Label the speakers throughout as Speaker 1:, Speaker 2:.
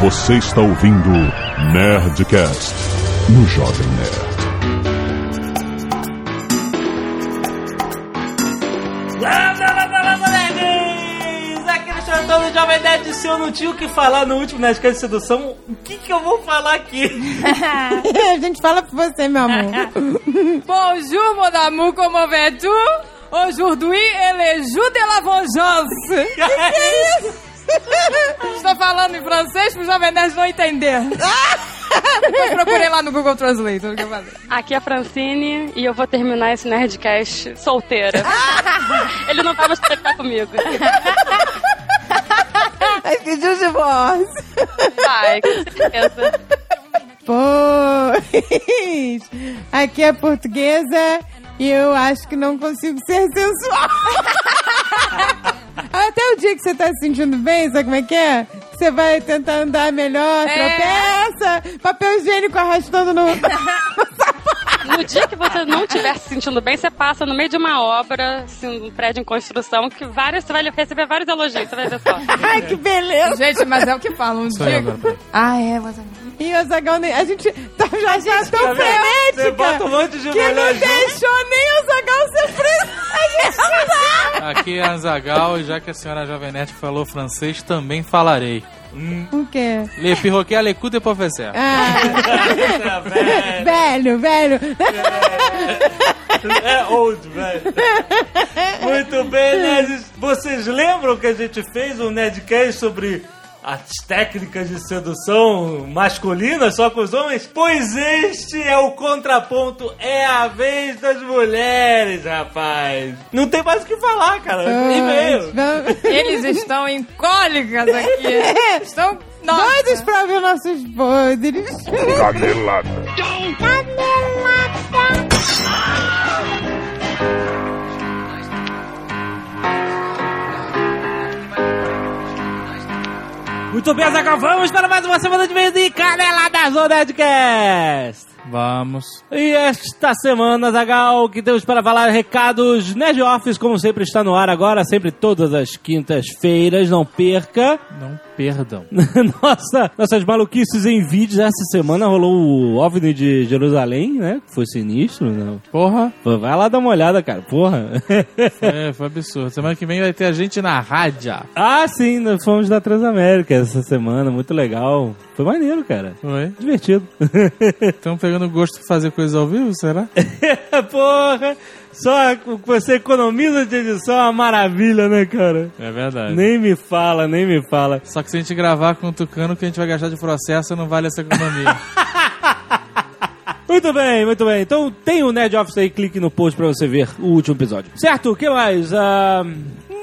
Speaker 1: Você está ouvindo Nerdcast no Jovem Nerd.
Speaker 2: Landa, landa, landa, nerds! Aqui no Chorotão do Jovem Nerd, se eu não tinha o que falar no último Nerdcast de Sedução, o que que eu vou falar aqui?
Speaker 3: A gente fala pra você, meu amor.
Speaker 4: Bonjour, mon amour, comment vas-tu? Aujourd'hui, ele est jour de la vengeance.
Speaker 3: é
Speaker 4: Estou falando em francês pro Jovem Nerd não entender. Depois procurei lá no Google Translate. o que eu falei.
Speaker 5: Aqui é a Francine e eu vou terminar esse Nerdcast solteira. Ele não tava se tratar comigo.
Speaker 3: Aí pediu o divórcio.
Speaker 5: Vai, com certeza.
Speaker 3: Pois. Aqui é portuguesa e eu acho que não consigo ser sensual. Até o dia que você tá se sentindo bem, sabe como é que é? Você vai tentar andar melhor,
Speaker 4: É.
Speaker 3: tropeça, papel higiênico arrastando no.
Speaker 5: No dia que você não estiver se sentindo bem, você passa no meio de uma obra, assim, um prédio em construção, que vários, você vai receber vários elogios, você vai ver só.
Speaker 3: Ai, que beleza!
Speaker 4: Gente, mas é o que falam. Um dia... Ah, é, mas...
Speaker 3: E o Zagão, nem- a gente tá, já tá tão frenética.
Speaker 2: Você bota um monte de
Speaker 3: que
Speaker 2: mulher
Speaker 3: não
Speaker 2: junto.
Speaker 3: deixou nem o Zagão ser preso. A gente tá.
Speaker 6: Aqui é Azagal e já que a senhora Jovem Nerd falou francês, também falarei.
Speaker 3: O quê?
Speaker 6: Le pirroquet, le coup de professeur.
Speaker 3: Ah,
Speaker 2: Tá, velho.
Speaker 3: velho, velho.
Speaker 2: É old, velho. Muito bem, nerds. Vocês lembram que a gente fez um Nerdcast sobre as técnicas de sedução masculinas só com os homens? Pois este é o contraponto, é a vez das mulheres, rapaz. Não tem mais o que falar, cara. É E-mail.
Speaker 3: Vamos-
Speaker 4: Eles estão em cólicas aqui. Estão...
Speaker 3: Doidos
Speaker 4: Nossa.
Speaker 3: pra ver nossos podres.
Speaker 1: Canelada.
Speaker 2: Muito bem, Azaghal, vamos para mais uma semana de vez e caneladas no Nerdcast.
Speaker 6: Vamos.
Speaker 2: E esta semana, Zagal, que temos para falar recados, Nerd Office, como sempre, está no ar agora, sempre todas as quintas-feiras, não perca.
Speaker 6: Não perdam.
Speaker 2: Nossa, nossas maluquices em vídeos, essa semana rolou o OVNI de Jerusalém, né? Que foi sinistro, né?
Speaker 6: Porra,
Speaker 2: Pô, Vai lá dar uma olhada, cara, porra.
Speaker 6: é, foi absurdo. Semana que vem vai ter a gente na rádio.
Speaker 2: ah, sim, nós fomos na Transamérica essa semana, muito legal. Foi maneiro, cara.
Speaker 6: Oi?
Speaker 2: Divertido.
Speaker 6: Estão pegando gosto de fazer coisa ao vivo, será?
Speaker 2: porra, só que você economiza de edição é uma maravilha, né, cara?
Speaker 6: É verdade.
Speaker 2: Nem me fala, nem me fala.
Speaker 6: Só que se a gente gravar com o Tucano, o que a gente vai gastar de processo não vale essa economia.
Speaker 2: Muito bem, muito bem. Então tem o Nerd Office aí, clique no post pra você ver o último episódio. Certo, o que mais? Ah,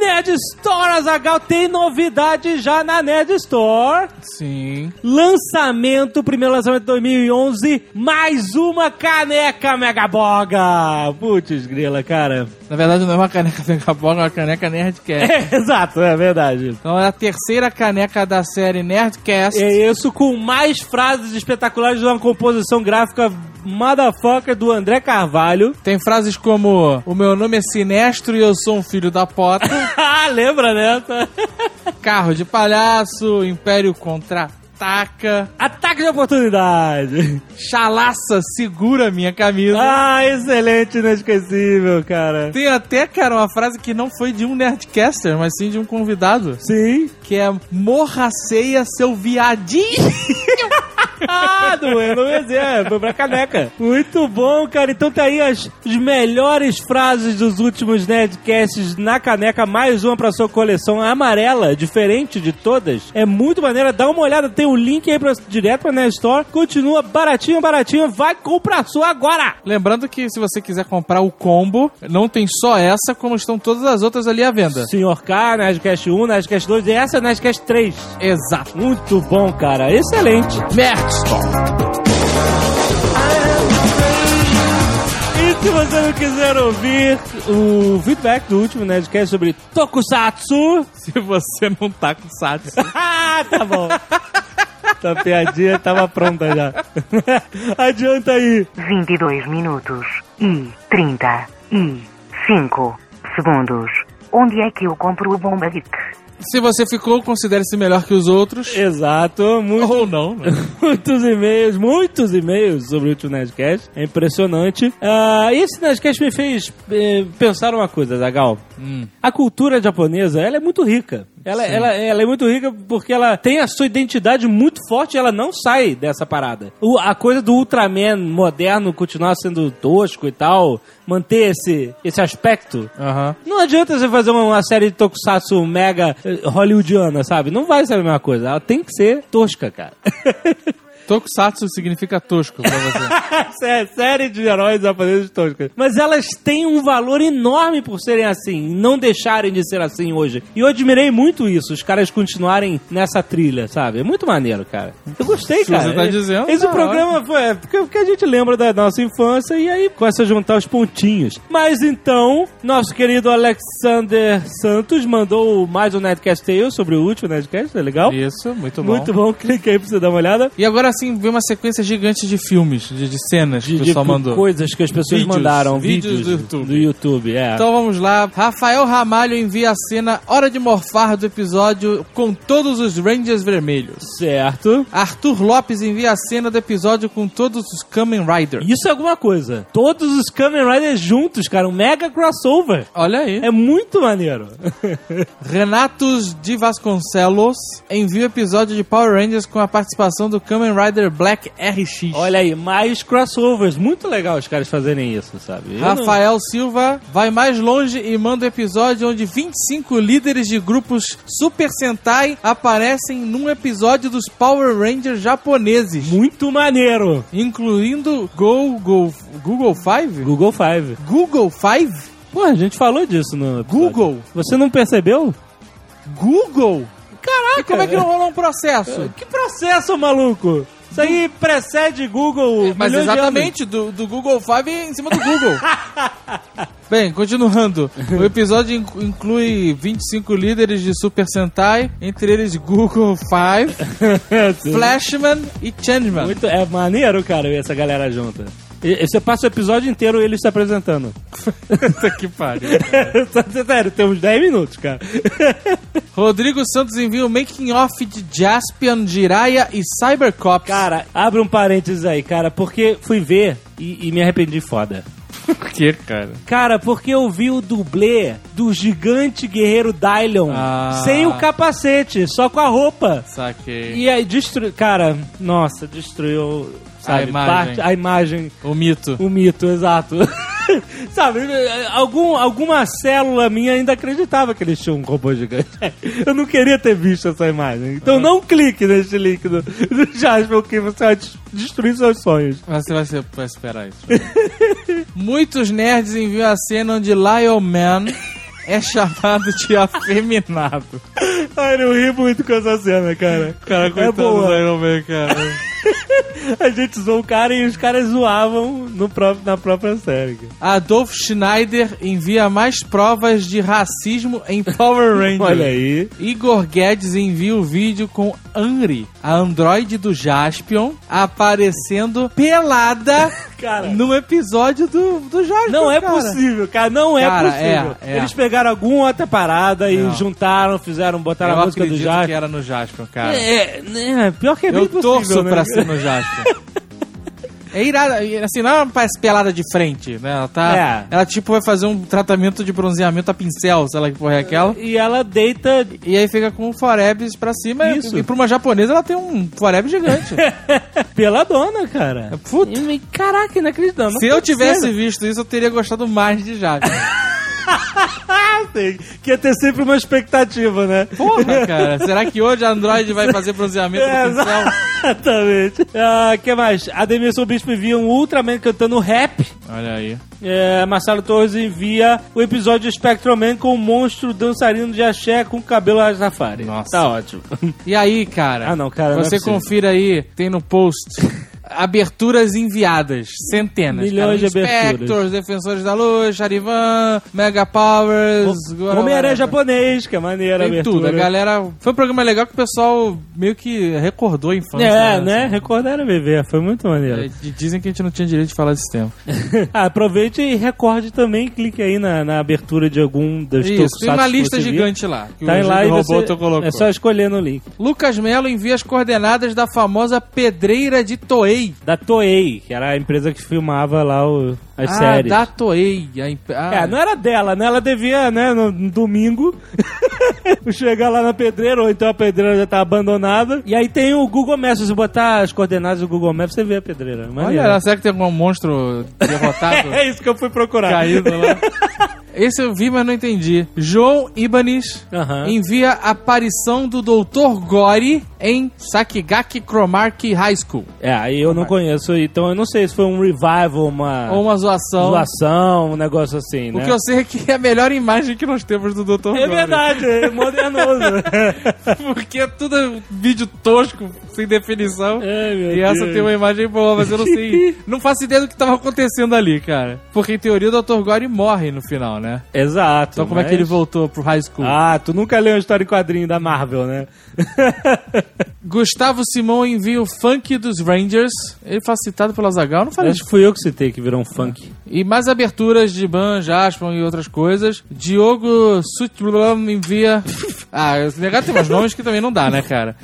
Speaker 2: Nerd Store Azagal tem novidade já na Nerd Store.
Speaker 6: Sim.
Speaker 2: Lançamento, primeiro lançamento de 2011, mais uma caneca Megaboga. Putz, grila, cara.
Speaker 6: Na verdade, não é uma caneca Megaboga, é uma caneca Nerdcast.
Speaker 2: É, exato, é verdade.
Speaker 6: Então é a terceira caneca da série Nerdcast.
Speaker 2: É isso com mais frases espetaculares de uma composição gráfica motherfucker do André Carvalho.
Speaker 6: Tem frases como: O meu nome é Sinestro e eu sou um filho da pota.
Speaker 2: ah, lembra, né?
Speaker 6: Carro de palhaço, Império contra-ataca.
Speaker 2: Ataque de oportunidade.
Speaker 6: Chalaça segura minha camisa.
Speaker 2: Ah, excelente, inesquecível, cara.
Speaker 6: Tem até, cara, uma frase que não foi de um Nerdcaster, mas sim de um convidado.
Speaker 2: Sim.
Speaker 6: Que é morraceia seu viadinho.
Speaker 2: Ah, do Eno Bezerra, foi pra caneca. Muito bom, cara. Então tá aí as, as melhores frases dos últimos Nerdcasts na caneca. Mais uma pra sua coleção amarela, diferente de todas. É muito maneira. Dá uma olhada, tem o link aí pra, direto pra Nerd Store. Continua baratinho, baratinho. Vai comprar a sua agora.
Speaker 6: Lembrando que se você quiser comprar o combo, não tem só essa, como estão todas as outras ali à venda.
Speaker 2: Senhor K, Nerdcast 1, Nerdcast 2 e essa é Nerdcast 3.
Speaker 6: Exato.
Speaker 2: Muito bom, cara. Excelente.
Speaker 6: Nerdstore.
Speaker 2: E se você não quiser ouvir o feedback do último Nerdcast sobre Tokusatsu...
Speaker 6: Se você não tá com satis.
Speaker 2: Ah, tá bom. Essa piadinha tava pronta já. Adianta aí.
Speaker 7: 22 minutos e 30 e 5 segundos. Onde é que eu compro o Bomba Dick?
Speaker 6: Se você ficou, considere-se melhor que os outros.
Speaker 2: Exato, muito
Speaker 6: Ou não, né?
Speaker 2: Muitos e-mails, muitos e-mails sobre o último Nerdcast. É impressionante. Ah, esse Nerdcast me fez eh, pensar uma coisa, Zagal. A cultura japonesa, ela é muito rica. Ela, ela, ela é muito rica porque ela tem a sua identidade muito forte e ela não sai dessa parada. O- a coisa do Ultraman moderno continuar sendo tosco e tal, manter esse, esse aspecto,
Speaker 6: Aham.
Speaker 2: não adianta você fazer uma, uma série de tokusatsu mega eh, hollywoodiana, sabe? Não vai ser a mesma coisa. Ela tem que ser tosca, cara.
Speaker 6: Tokusatsu significa tosco pra você.
Speaker 2: Sé- é série de heróis japoneses toscas. Mas elas têm um valor enorme por serem assim, não deixarem de ser assim hoje. E eu admirei muito isso, os caras continuarem nessa trilha, sabe? É muito maneiro, cara. Eu gostei,
Speaker 6: Se
Speaker 2: cara.
Speaker 6: você tá dizendo,
Speaker 2: Esse
Speaker 6: tá
Speaker 2: programa foi é, porque, porque a gente lembra da nossa infância e aí começa a juntar os pontinhos. Mas então, nosso querido Alexander Santos mandou mais um Nerdcast Tales sobre o último Nerdcast, é legal?
Speaker 6: Isso, muito bom.
Speaker 2: Muito bom, clica aí pra você dar uma olhada.
Speaker 6: E agora sim, vem uma sequência gigante de filmes, de, de cenas que
Speaker 2: de,
Speaker 6: o
Speaker 2: de
Speaker 6: pessoal mandou.
Speaker 2: coisas que as pessoas
Speaker 6: Vídeos,
Speaker 2: mandaram,
Speaker 6: vídeos
Speaker 2: vídeos,
Speaker 6: do YouTube.
Speaker 2: do YouTube, é.
Speaker 6: Então vamos lá. Rafael Ramalho envia a cena Hora de Morfar do episódio com todos os Rangers vermelhos.
Speaker 2: certo.
Speaker 6: Arthur Lopes envia a cena do episódio com todos os Kamen Riders.
Speaker 2: Isso é alguma coisa. Todos os Kamen Riders juntos, cara, um mega crossover.
Speaker 6: Olha aí.
Speaker 2: É muito maneiro.
Speaker 6: Renatos de Vasconcelos envia o episódio de Power Rangers com a participação do Kamen Rider Black RX.
Speaker 2: Olha aí, mais crossovers. Muito legal os caras fazerem isso, sabe? Eu não-
Speaker 6: Rafael Silva vai mais longe e manda o episódio onde 25 líderes de grupos Super Sentai aparecem num episódio dos Power Rangers japoneses,
Speaker 2: Muito maneiro.
Speaker 6: incluindo Google Google Five?
Speaker 2: Google Five.
Speaker 6: Google Five?
Speaker 2: Pô, a gente falou disso no. episódio.
Speaker 6: Google?
Speaker 2: Você não percebeu?
Speaker 6: Google?
Speaker 2: Caraca!
Speaker 6: E como é que não rolou um processo?
Speaker 2: Que processo, maluco! Isso aí precede Google.
Speaker 6: Mas
Speaker 2: milhões de anos.
Speaker 6: exatamente, do, do Google Five em cima do Google. Bem, continuando. O episódio in- inclui 25 líderes de Super Sentai, entre eles Google Five,
Speaker 2: É,
Speaker 6: Flashman e Changeman.
Speaker 2: Muito, é maneiro, cara, ver essa galera junta. E- e Você passa o episódio inteiro eles se apresentando.
Speaker 6: que pariu.
Speaker 2: Sério, tem uns 10 minutos, cara.
Speaker 6: Rodrigo Santos envia o making off de Jaspion, Jiraiya e Cybercops.
Speaker 2: Cara, abre um parênteses aí, cara, porque fui ver e, e me arrependi foda.
Speaker 6: por que, cara?
Speaker 2: Cara, porque eu vi o dublê do gigante guerreiro Dylon
Speaker 6: Ah.
Speaker 2: sem o capacete, só com a roupa.
Speaker 6: Saquei.
Speaker 2: E aí destruiu. Cara, nossa, destruiu sabe,
Speaker 6: imagem.
Speaker 2: parte- a imagem
Speaker 6: O mito.
Speaker 2: O mito, exato. Sabe, algum, alguma célula minha ainda acreditava que eles tinham um robô gigante. Eu não queria ter visto essa imagem. Então não clique neste link do, do Jasper, que você vai des- destruir seus sonhos.
Speaker 6: Você vai, ser, vai esperar isso. Muitos nerds enviam a cena onde Lion Man é chamado de afeminado.
Speaker 2: Ai, eu ri muito com essa cena, cara.
Speaker 6: Cara, né?
Speaker 2: é boa.
Speaker 6: Lion Man, cara.
Speaker 2: A gente zoou o cara e os caras zoavam no próprio, na própria série. cara.
Speaker 6: Adolf Schneider envia mais provas de racismo em Power Rangers.
Speaker 2: Olha aí.
Speaker 6: Igor Guedes envia o vídeo com Anri, a androide do Jaspion, aparecendo pelada
Speaker 2: Cara.
Speaker 6: no episódio do, do Jaspion.
Speaker 2: Não é
Speaker 6: cara.
Speaker 2: possível, cara. Não é
Speaker 6: Cara,
Speaker 2: possível.
Speaker 6: é, é.
Speaker 2: Eles pegaram alguma outra parada e
Speaker 6: Não.
Speaker 2: juntaram, fizeram, botaram
Speaker 6: Eu
Speaker 2: a música do
Speaker 6: acredito
Speaker 2: Jasper.
Speaker 6: que era no Jaspion, cara.
Speaker 2: É, né, pior que é bem
Speaker 6: Eu
Speaker 2: possível,
Speaker 6: torço
Speaker 2: né?
Speaker 6: pra ser no Jasper. É irada, assim, não é uma parece pelada de frente, né? Ela tá.
Speaker 2: É.
Speaker 6: Ela tipo vai fazer um tratamento de bronzeamento a pincel, sei lá que porra é aquela.
Speaker 2: E ela deita...
Speaker 6: E aí fica com um forebs pra cima. e-
Speaker 2: Isso.
Speaker 6: E pra uma japonesa ela tem um forebs gigante.
Speaker 2: pela dona, cara.
Speaker 6: É, Puta.
Speaker 2: E- Caraca, inacreditável. não
Speaker 6: Se eu
Speaker 2: pode
Speaker 6: tivesse
Speaker 2: ser.
Speaker 6: visto isso, eu teria gostado mais de Jasper.
Speaker 2: Ah, tem- Que ia ter sempre uma expectativa, né?
Speaker 6: Porra, cara. Será que hoje a Android vai fazer bronzeamento
Speaker 2: É,
Speaker 6: a pincel?
Speaker 2: Exatamente. O que mais? Ademilson Bispo envia um Ultraman cantando rap.
Speaker 6: Olha aí.
Speaker 2: É, Marcelo Torres envia o episódio de Spectroman com o monstro dançarino de axé com cabelo rastafari.
Speaker 6: Nossa.
Speaker 2: Tá ótimo.
Speaker 6: E aí, cara?
Speaker 2: Ah, não, cara, não é
Speaker 6: Você
Speaker 2: possível.
Speaker 6: confira aí, tem no post. aberturas enviadas. Centenas.
Speaker 2: Milhões
Speaker 6: cara.
Speaker 2: de aberturas.
Speaker 6: Inspectors, Defensores da Luz, Charivan, Mega Powers...
Speaker 2: O- Homem-Aranha japonês, que é maneira a
Speaker 6: né? Tem
Speaker 2: abertura.
Speaker 6: tudo. A galera... Foi um programa legal que o pessoal meio que recordou a infância.
Speaker 2: É,
Speaker 6: assim.
Speaker 2: né? Recordaram bebê, foi muito maneiro.
Speaker 6: É, d- Dizem que a gente não tinha direito de falar desse tempo.
Speaker 2: Ah, aproveite e recorde também, clique aí na, na abertura de algum dos
Speaker 6: Isso, tem
Speaker 2: tokusatsu
Speaker 6: uma
Speaker 2: que
Speaker 6: lista
Speaker 2: você viu.
Speaker 6: gigante lá. Que
Speaker 2: Tá
Speaker 6: o
Speaker 2: em lá e
Speaker 6: robô
Speaker 2: você,
Speaker 6: colocou.
Speaker 2: é só escolher no link.
Speaker 6: Lucas Melo envia as coordenadas da famosa pedreira de Toei.
Speaker 2: Da Toei, que era a empresa que filmava lá o- as
Speaker 6: ah,
Speaker 2: séries.
Speaker 6: da Toei. A imp- ah,
Speaker 2: É, não era dela, né? Ela devia, né, no no domingo, chegar lá na pedreira, ou então a pedreira já tá abandonada. E aí tem o Google Maps, se você botar as coordenadas do Google Maps, você vê a pedreira.
Speaker 6: Olha,
Speaker 2: Maneiro.
Speaker 6: lá, será que tem algum monstro derrotado
Speaker 2: É isso que eu fui procurar.
Speaker 6: caído lá? Esse eu vi, mas não entendi. João Ibanez
Speaker 2: Aham.
Speaker 6: envia a aparição do Dr. Gore em Sakigaki Cromark High School.
Speaker 2: É, aí eu não conheço, então eu não sei se foi um revival, uma
Speaker 6: Ou uma zoação.
Speaker 2: zoação, um negócio assim,
Speaker 6: O
Speaker 2: né?
Speaker 6: que eu um sei é que é a melhor imagem que nós temos do Dr. Gore.
Speaker 2: É verdade, é modernoso.
Speaker 6: Porque é tudo vídeo tosco, sem definição.
Speaker 2: Ai, meu
Speaker 6: e essa
Speaker 2: Deus.
Speaker 6: tem uma imagem boa, mas eu não sei. não faço ideia do que tava acontecendo ali, cara. Porque em teoria o Dr. Gore morre no final, né?
Speaker 2: Exato.
Speaker 6: Então como é
Speaker 2: mas-
Speaker 6: que ele voltou pro high school?
Speaker 2: Ah, tu nunca leu a história em quadrinho da Marvel, né?
Speaker 6: Gustavo Simão envia o funk dos Rangers. Ele foi citado pelo Azagal, não falei.
Speaker 2: Acho que fui eu que citei que virou um funk.
Speaker 6: E mais aberturas de Ban, Jaspion e outras coisas. Diogo Sutlam envia. Ah, esse negócio tem uns nomes que também não dá, né, cara?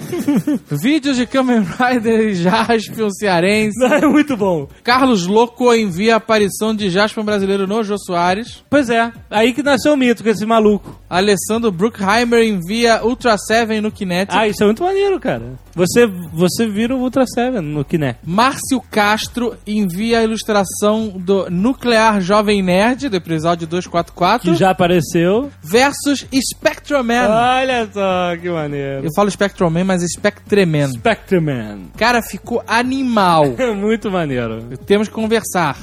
Speaker 6: Vídeos de Kamen Rider e Jaspion cearense.
Speaker 2: É muito bom.
Speaker 6: Carlos Loco envia a aparição de Jaspion brasileiro no Jô Soares.
Speaker 2: Pois é, aí que nasceu o mito com esse maluco.
Speaker 6: Alessandro Bruckheimer envia Ultra Seven no Kinetic.
Speaker 2: Ah, isso é muito maneiro, cara. Você, você vira o Ultra Seven no Kiné.
Speaker 6: Márcio Castro envia a ilustração do Nuclear Jovem Nerd, do episódio
Speaker 2: Que
Speaker 6: 244,
Speaker 2: já Ah. apareceu.
Speaker 6: versus
Speaker 2: É.
Speaker 6: Spectroman.
Speaker 2: Olha só que maneiro.
Speaker 6: Eu falo Spectroman, mas é Spectreman.
Speaker 2: Spectreman.
Speaker 6: Cara, ficou animal.
Speaker 2: muito maneiro.
Speaker 6: Temos que conversar.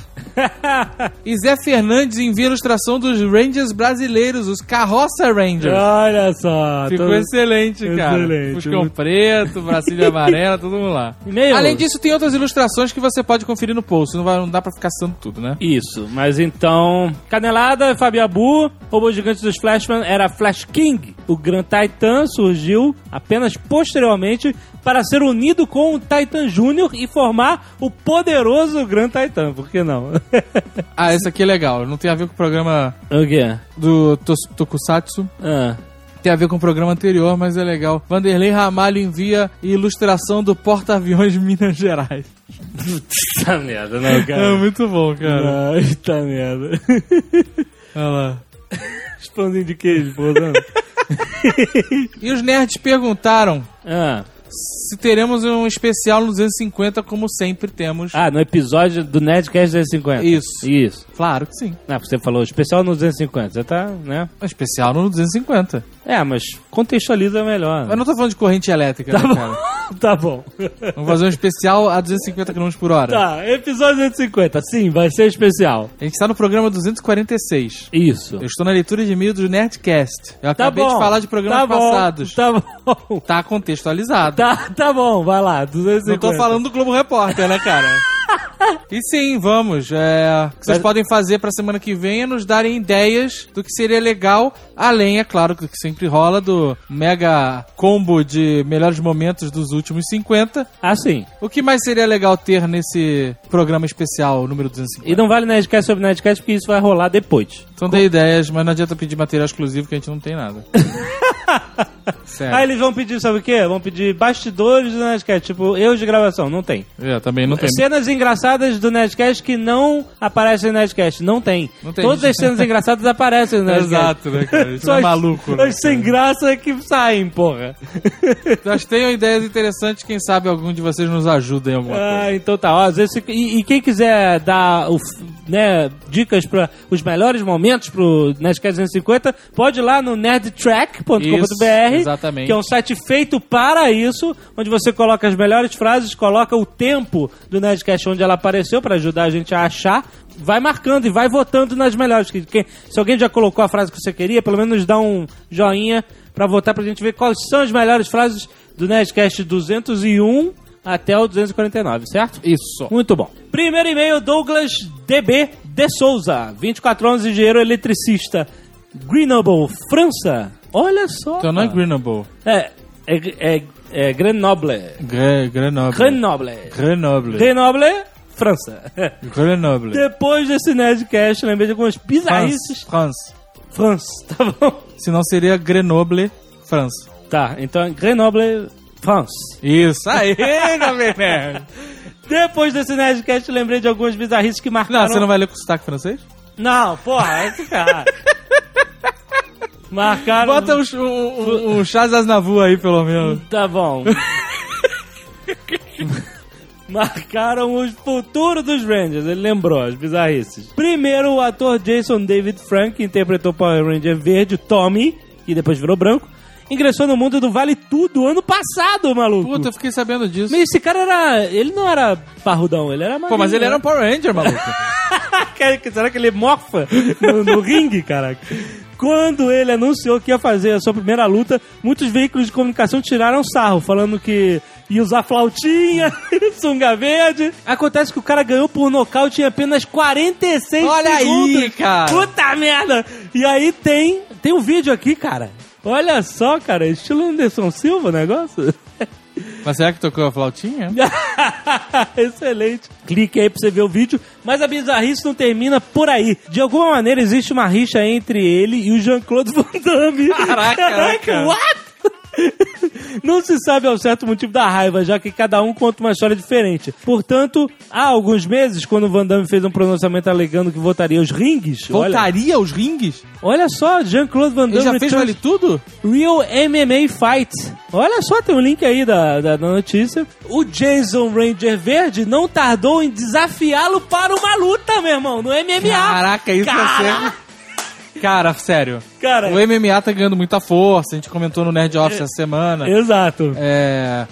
Speaker 6: e Zé Fernandes envia a ilustração dos Rangers brasileiros, os Carroça Rangers.
Speaker 2: Olha só.
Speaker 6: Ficou
Speaker 2: tô-
Speaker 6: excelente, cara.
Speaker 2: Tá Excelente.
Speaker 6: Fuscão
Speaker 2: Muito-
Speaker 6: preto, bracinho amarelo, todo mundo lá.
Speaker 2: Meu.
Speaker 6: Além disso, tem outras ilustrações que você pode conferir no post. Não, vai- não dá pra ficar citando tudo, né?
Speaker 2: Isso, mas então. Canelada, Fabiabu, robô gigante dos Flashman era Flash King. O Gran Titan surgiu apenas posteriormente para ser unido com o Titan Júnior e formar o poderoso Gran Titan, por que não?
Speaker 6: Ah, esse aqui é legal. Não tem a ver com o programa
Speaker 2: o quê?
Speaker 6: do Tos- Tokusatsu.
Speaker 2: Ah.
Speaker 6: Tem a ver com o programa anterior, mas é legal. Vanderlei Ramalho envia ilustração do porta-aviões Minas Gerais.
Speaker 2: Puta merda, não,
Speaker 6: É
Speaker 2: cara.
Speaker 6: muito bom, cara.
Speaker 2: Ah, Eita merda.
Speaker 6: Olha lá.
Speaker 2: Pãozinho de queijo, porra.
Speaker 6: E os nerds perguntaram
Speaker 2: ah.
Speaker 6: se teremos um especial nos anos 50, como sempre temos.
Speaker 2: ah, no episódio do Nerdcast 250.
Speaker 6: Isso.
Speaker 2: Isso.
Speaker 6: Claro que sim.
Speaker 2: Ah, você falou especial no 250, você tá, né?
Speaker 6: Um especial no 250.
Speaker 2: É, mas contextualiza melhor. né?
Speaker 6: Eu não tô falando de corrente elétrica, né, cara?
Speaker 2: Tá bom.
Speaker 6: Vamos fazer um especial a 250 km por hora.
Speaker 2: Tá, episódio 150. Sim, vai ser especial.
Speaker 6: A gente está no programa 246.
Speaker 2: Isso.
Speaker 6: Eu estou na leitura de e-mail do Nerdcast. Eu
Speaker 2: Tá
Speaker 6: acabei
Speaker 2: bom.
Speaker 6: de falar de programas
Speaker 2: tá bom,
Speaker 6: passados.
Speaker 2: Tá bom.
Speaker 6: Tá contextualizado.
Speaker 2: Tá, tá bom, vai lá.
Speaker 6: Não
Speaker 2: 250.
Speaker 6: tô falando do Globo Repórter, né, cara? E sim, vamos. É, o que vocês
Speaker 2: Mas-
Speaker 6: podem fazer pra semana que vem é nos darem ideias do que seria legal, além, é claro, do que sempre rola, do mega combo de melhores momentos dos últimos 50.
Speaker 2: Ah, sim.
Speaker 6: O que mais seria legal ter nesse programa especial número 250?
Speaker 2: E não vale Nerdcast sobre Nerdcast porque isso vai rolar depois.
Speaker 6: Então dê ideias, mas não adianta pedir material exclusivo que a gente não tem nada. Sério.
Speaker 2: Ah, eles vão pedir, sabe o quê? Vão pedir bastidores do Nerdcast. Tipo, eu de gravação, não tem.
Speaker 6: É, também não tem.
Speaker 2: Cenas engraçadas do Nerdcast que não aparecem no Nerdcast. Não tem.
Speaker 6: Não tem.
Speaker 2: Todas as cenas engraçadas aparecem no Nerdcast.
Speaker 6: Exato, né, cara? A gente
Speaker 2: Só
Speaker 6: é
Speaker 2: as-
Speaker 6: maluco, né?
Speaker 2: As sem graça que saem, porra.
Speaker 6: Nós tenham ideias interessantes, quem sabe algum de vocês nos ajuda em alguma coisa.
Speaker 2: Ah, então tá. Ó, às vezes, e, e quem quiser dar o f- né, dicas para os melhores momentos pro Nerdcast 250, pode ir lá no
Speaker 6: Isso,
Speaker 2: nerdtrack.com.br,
Speaker 6: exatamente.
Speaker 2: que é um site feito para isso, onde você coloca as melhores frases, coloca o tempo do Nerdcast onde ela apareceu para ajudar a gente a achar. Vai marcando e vai votando nas melhores. Que- que- se alguém já colocou a frase que você queria, pelo menos dá um joinha para votar pra gente ver quais são as melhores frases do Nerdcast 201 até o 249, certo?
Speaker 6: Isso.
Speaker 2: Muito bom. Primeiro e-mail, Douglas DB de Souza, 24 anos, engenheiro eletricista, Grenoble, França. Olha só.
Speaker 6: Então não é
Speaker 2: cara.
Speaker 6: Grenoble.
Speaker 2: É, é, é, é Grenoble.
Speaker 6: Gre- Grenoble.
Speaker 2: Grenoble.
Speaker 6: Grenoble.
Speaker 2: Grenoble, França.
Speaker 6: Grenoble.
Speaker 2: Depois desse Nerdcast, lembrei de algumas
Speaker 6: France.
Speaker 2: bizarrices.
Speaker 6: France.
Speaker 2: France, tá bom?
Speaker 6: Senão seria Grenoble, França.
Speaker 2: Tá, então Grenoble, France.
Speaker 6: Isso aí, Jovem Nerd.
Speaker 2: Depois desse Nerdcast, lembrei de algumas bizarrices que marcaram...
Speaker 6: Não, você não vai ler com sotaque francês?
Speaker 2: Não, porra, esse cara. Marcaram.
Speaker 6: Bota um, ch- um, um, um Chaz Aznavour aí, pelo menos.
Speaker 2: Tá bom. Marcaram o futuro dos Rangers, ele lembrou as bizarrices. Primeiro, o ator Jason David Frank, que interpretou o Power Ranger verde, o Tommy, que depois virou branco, ingressou no mundo do Vale Tudo ano passado, maluco.
Speaker 6: Puta, eu fiquei sabendo disso.
Speaker 2: Mas esse cara era. Ele não era parrudão, ele era
Speaker 6: Pô, mas ele era um
Speaker 2: magrinho,
Speaker 6: Power Ranger, maluco.
Speaker 2: Cara, que- Será que ele morfa no, no ringue, caraca? Quando ele anunciou que ia fazer a sua primeira luta, muitos veículos de comunicação tiraram sarro, falando que ia usar flautinha, sunga verde. Acontece que o cara ganhou por nocaute em apenas 46
Speaker 6: Olha aí,
Speaker 2: segundos.
Speaker 6: cara.
Speaker 2: Puta merda! E aí tem, tem um vídeo aqui, cara. Olha só, cara, estilo Anderson Silva o negócio.
Speaker 6: mas será que tocou a flautinha?
Speaker 2: Excelente. Clique aí pra você ver o vídeo. Mas a bizarrice não termina por aí. De alguma maneira existe uma rixa entre ele e o Jean-Claude Van Damme.
Speaker 6: Caraca, cara.
Speaker 2: what? Não se sabe ao certo o motivo da raiva, já que cada um conta uma história diferente. Portanto, há alguns meses, quando o Van Damme fez um pronunciamento alegando que votaria os ringues... Olha,
Speaker 6: Voltaria aos ringues?
Speaker 2: olha só, Jean-Claude Van
Speaker 6: Ele
Speaker 2: Damme...
Speaker 6: já fez
Speaker 2: returns-
Speaker 6: vale tudo?
Speaker 2: Real MMA Fight. Olha só, tem um link aí da, da, da notícia. O Jason Ranger Verde não tardou em desafiá-lo para uma luta, meu irmão, no MMA.
Speaker 6: Caraca, isso vai ser. Cara, É. sério.
Speaker 2: Cara.
Speaker 6: O MMA tá ganhando muita força. A gente comentou no Nerd Office essa semana.
Speaker 2: Exato.
Speaker 6: É.